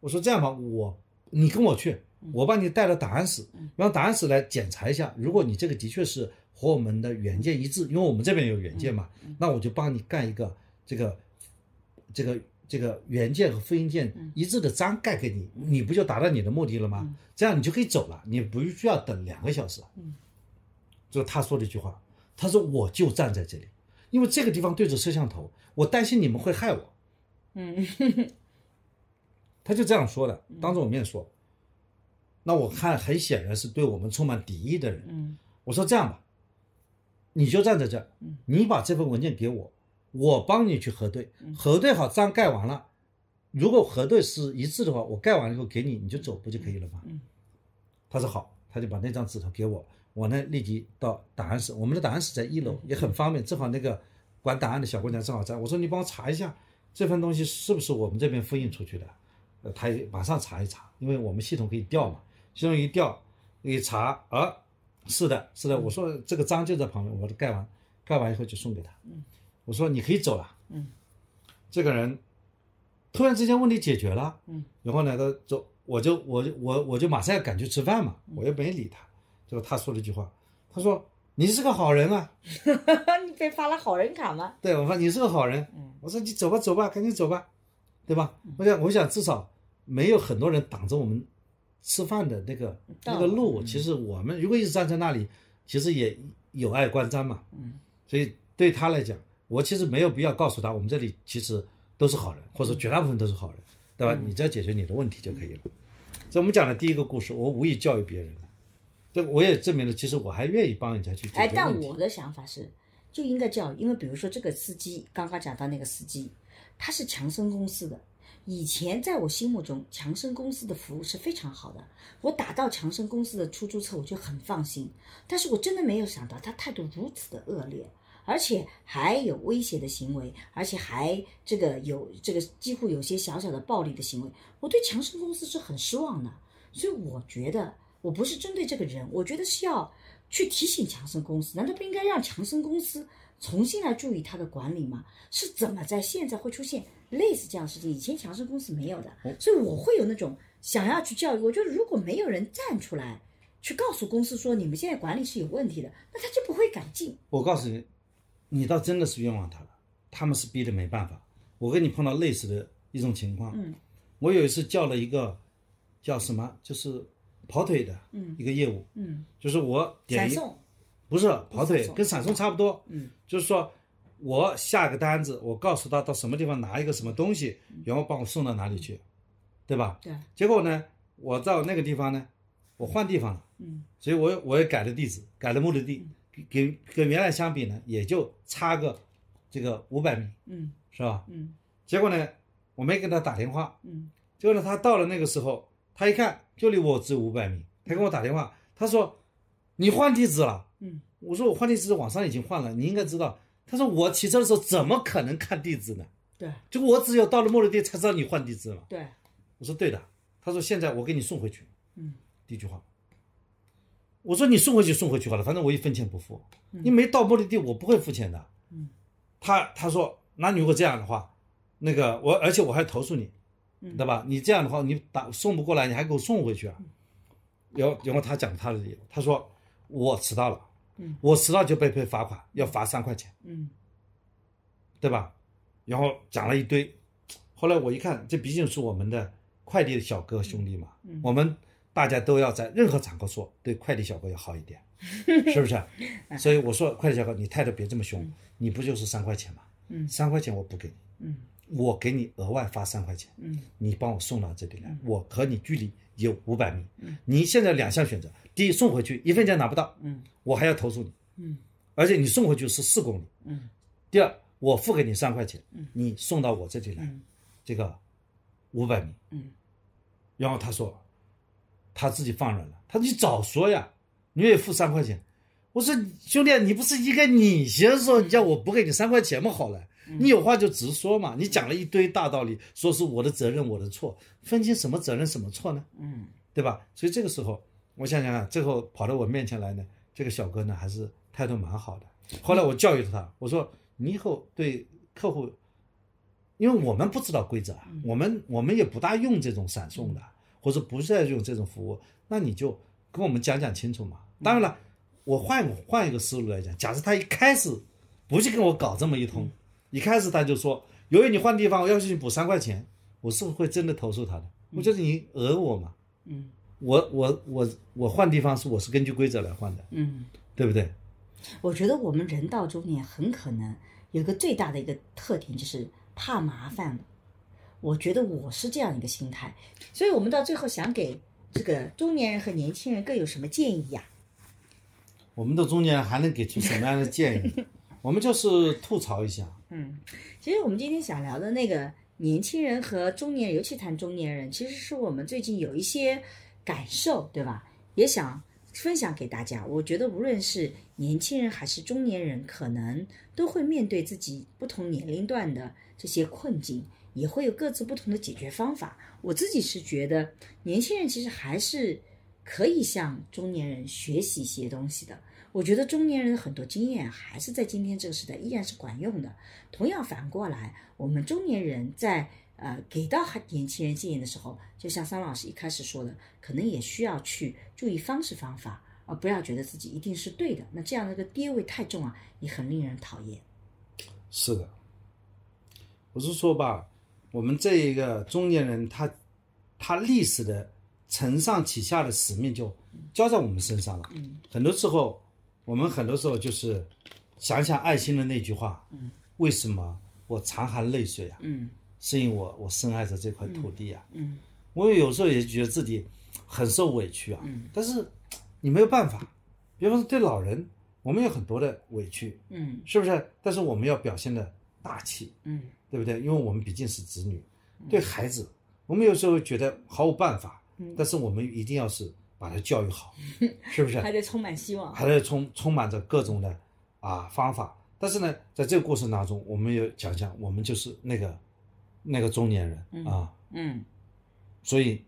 S3: 我说这样吧，我你跟我去，我帮你带到档案室，让档案室来检查一下。如果你这个的确是和我们的原件一致，因为我们这边有原件嘛，
S2: 嗯
S3: 那我就帮你干一个这个这个这个原件和复印件
S2: 嗯
S3: 一致的章盖给你，你不就达到你的目的了吗？这样你就可以走了，你不需要等两个小时。
S2: 嗯，
S3: 就他说了一句话，他说我就站在这里，因为这个地方对着摄像头，我担心你们会害我。
S2: 嗯，
S3: 他就这样说的，当着我面说。那我看很显然是对我们充满敌意的人。
S2: 嗯
S3: 我说这样吧，你就站在这儿，你把这份文件给我，我帮你去核对，
S2: 嗯
S3: 核对好章盖完了，如果核对是一致的话，我盖完了以后给你，你就走不就可以了吗？
S2: 嗯
S3: 他说好，他就把那张纸头给我，我呢立即到档案室，我们的档案室在一
S2: 嗯
S3: 楼，也很方便，正好那个管档案的小姑娘正好在，我说你帮我查一下这份东西是不是我们这边复印出去的，呃，他也马上查一查，因为我们系统可以调嘛，系统一调一查啊，是的，是的，我说这个章就在旁边，我盖完，盖完以后就送给他，嗯，我说你可以走了，
S2: 嗯，
S3: 这个人突然之间问题解决了，
S2: 嗯，
S3: 然后呢，他走，我就我就我我就马上要赶去吃饭嘛，
S2: 嗯
S3: 我又没理他，结果他说了一句话，他说你是个好人啊，
S2: 你被发了好人卡吗？
S3: 对我说你是个好人，
S2: 嗯
S3: 我说你走吧走吧，赶紧走吧，对吧？我想我想至少没有很多人挡着我们吃饭的那个
S2: 道嗯
S3: 那个路，其实我们如果一直站在那里，其实也有碍观瞻嘛，
S2: 嗯
S3: 所以对他来讲，我其实没有必要告诉他，我们这里其实都是好人，或者绝大部分都是好人，对吧？
S2: 嗯
S3: 你只要解决你的问题就可以了。这我们讲的第一个故事，我无意教育别人了，这我也证明了，其实我还愿意帮人家去解决
S2: 哎，
S3: 问题。
S2: 但我的想法是，就应该教育。因为比如说这个司机，刚刚讲到那个司机，他是强生公司的。以前在我心目中，强生公司的服务是非常好的，我打到强生公司的出租车我就很放心。但是我真的没有想到他态度如此的恶劣，而且还有威胁的行为，而且还这个有这个几乎有些小小的暴力的行为，我对强生公司是很失望的。所以我觉得我不是针对这个人，我觉得是要去提醒强生公司，难道不应该让强生公司重新来注意它的管理吗？是怎么在现在会出现类似这样的事情？以前强生公司没有的，
S3: 哦
S2: 所以我会有那种想要去教育。我觉得如果没有人站出来去告诉公司说你们现在管理是有问题的，那他就不会改进。
S3: 我告诉你，你倒真的是冤枉他了，他们是逼的没办法。我跟你碰到类似的一种情况，
S2: 嗯，
S3: 我有一次叫了一个叫什么，就是跑腿的，
S2: 嗯，
S3: 一个业务，
S2: 嗯，
S3: 就是我点
S2: 闪
S3: 一
S2: 送，嗯
S3: 不是跑
S2: 闪
S3: 腿，
S2: 送
S3: 跟闪送差不多，
S2: 嗯，
S3: 就是说我下个单子，我告诉他到什么地方拿一个什么东西，
S2: 嗯
S3: 然后帮我送到哪里去，对吧？
S2: 对，
S3: 结果呢，我到那个地方呢，我换地方了，
S2: 嗯，
S3: 所以我又我也改了地址，改了目的地，跟跟原来相比呢，也就差个这个五百米，
S2: 嗯
S3: 是吧？
S2: 嗯
S3: 结果呢，我没给他打电话，
S2: 嗯
S3: 结果呢，他到了那个时候，他一看就离我只五百米，他给我打电话，他说你换地址了，
S2: 嗯，
S3: 我说我换地址网上已经换了，你应该知道。他说我骑车的时候怎么可能看地址呢？
S2: 对
S3: 就我只有到了目的地才知道你换地址了。
S2: 对，
S3: 我说对的。他说现在我给你送回去。
S2: 嗯，
S3: 第一句话，我说你送回去送回去好了，反正我一分钱不付，你没到目的地我不会付钱的。
S2: 嗯，
S3: 他他说那你如果这样的话，那个我而且我还投诉你，
S2: 嗯
S3: 对吧？你这样的话你打送不过来，你还给我送回去啊？然后然后他讲他的理由，他说我迟到了，
S2: 嗯
S3: 我迟到就被被罚款，要罚三块钱。
S2: 嗯
S3: 对吧？然后讲了一堆，后来我一看，这毕竟是我们的快递小哥兄弟嘛，
S2: 嗯
S3: 我们大家都要在任何场合说对快递小哥要好一点，是不是？所以我说快递小哥，你态度别这么凶，你不就是三块钱吗？
S2: 嗯
S3: 三块钱我补给你，
S2: 嗯
S3: 我给你额外发三块钱，
S2: 嗯
S3: 你帮我送到这里来，我和你距离有五百米，你现在两项选择，第一送回去一分钱拿不到，
S2: 嗯
S3: 我还要投诉你，
S2: 嗯
S3: 而且你送回去是四公里，
S2: 嗯
S3: 第二，我付给你三块钱，你送到我这里来，这个五百米。
S2: 嗯
S3: 然后他说，他自己放软了，他说你早说呀，你也付三块钱。我说兄弟，你不是应该你先说，你叫我补给你三块钱吗？好了，你有话就直说嘛。你讲了一堆大道理，说是我的责任，我的错，分清什么责任什么错呢？
S2: 嗯，
S3: 对吧？所以这个时候，我想想啊，最后跑到我面前来呢，这个小哥呢还是态度蛮好的。后来我教育他，我说你以后对客户，因为我们不知道规则啊，我们我们也不大用这种闪送的，或者不再用这种服务，那你就跟我们讲讲清楚嘛。当然了，我换换一个思路来讲，假设他一开始不去跟我搞这么一通，一开始他就说，由于你换地方，我要去补三块钱，我是不是会真的投诉他的？我觉得你讹我嘛。
S2: 嗯
S3: 我我我我换地方是我是根据规则来换的，
S2: 嗯。
S3: 对不对？
S2: 我觉得我们人到中年，很可能有个最大的一个特点就是怕麻烦。我觉得我是这样一个心态，所以我们到最后想给这个中年人和年轻人各有什么建议呀、
S3: 我们的中年还能给出什么样的建 议？我们就是吐槽一下，
S2: 嗯，其实我们今天想聊的那个年轻人和中年人，尤其谈中年人，其实是我们最近有一些感受，对吧？也想分享给大家。我觉得无论是年轻人还是中年人，可能都会面对自己不同年龄段的这些困境，也会有各自不同的解决方法。我自己是觉得，年轻人其实还是可以向中年人学习一些东西的。我觉得中年人的很多经验还是在今天这个时代依然是管用的。同样反过来，我们中年人在呃给到年轻人建议的时候，就像桑老师一开始说的，可能也需要去注意方式方法，而不要觉得自己一定是对的。那这样的一个爹味太重啊，也很令人讨厌。
S3: 是的，我是说吧，我们这一个中年人他，他历史的承上启下的使命就交在我们身上了。
S2: 嗯
S3: 很多时候，我们很多时候就是想想爱心的那句话，
S2: 嗯
S3: 为什么我常含泪水啊？
S2: 嗯
S3: 是因为我我深爱着这块土地啊。
S2: 嗯
S3: 我有时候也觉得自己很受委屈啊，
S2: 嗯
S3: 但是你没有办法。比方说对老人，我们有很多的委屈，
S4: 嗯
S3: 是不是？但是我们要表现的大气，
S4: 嗯
S3: 对不对？因为我们毕竟是子女，对孩子，我们有时候觉得毫无办法，
S4: 嗯，
S3: 但是我们一定要是把他教育 好，是不是？
S4: 还得充满希望。
S3: 还在充充满着各种的啊方法。但是呢，在这个过程当中，我们也讲讲，我们就是那个那个中年人、
S4: 嗯
S3: 啊，
S4: 嗯
S3: 所以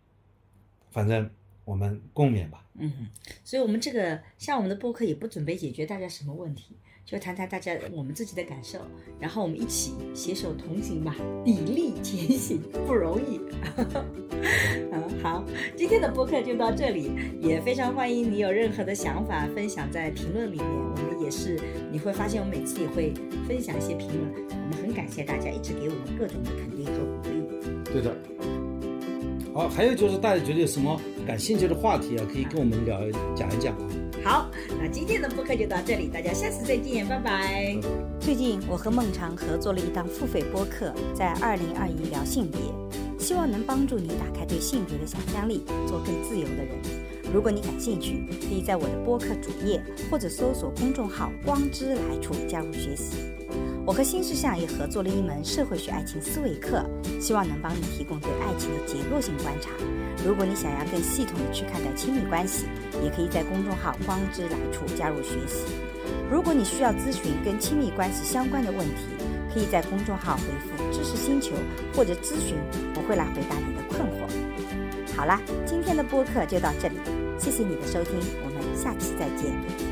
S3: 反正我们共勉吧。
S4: 嗯，所以我们这个像我们的播客也不准备解决大家什么问题，就谈谈大家我们自己的感受，然后我们一起携手同行吧，砥砺前行不容易。 嗯，好，今天的播客就到这里，也非常欢迎你有任何的想法分享在评论里面，我们也是你会发现我们每次也会分享一些评论，我们很感谢大家一直给我们各种的肯定和鼓励。
S3: 对的。好，还有就是大家觉得有什么感兴趣的话题啊，可以跟我们聊讲一讲啊。
S4: 好，那今天的播客就到这里，大家下次再见，拜拜。
S2: 最近我和孟常合作了一档付费播客，在二零二一聊性别，希望能帮助你打开对性别的想象力，做更自由的人。如果你感兴趣，可以在我的播客主页或者搜索公众号“光之来处”加入学习。我和新事项也合作了一门社会学爱情思维课，希望能帮你提供对爱情的结构性观察。如果你想要更系统的去看待亲密关系，也可以在公众号“光之来处”加入学习。如果你需要咨询跟亲密关系相关的问题，可以在公众号回复“知识星球”或者咨询，我会来回答你的困惑。好啦，今天的播客就到这里，谢谢你的收听，我们下期再见。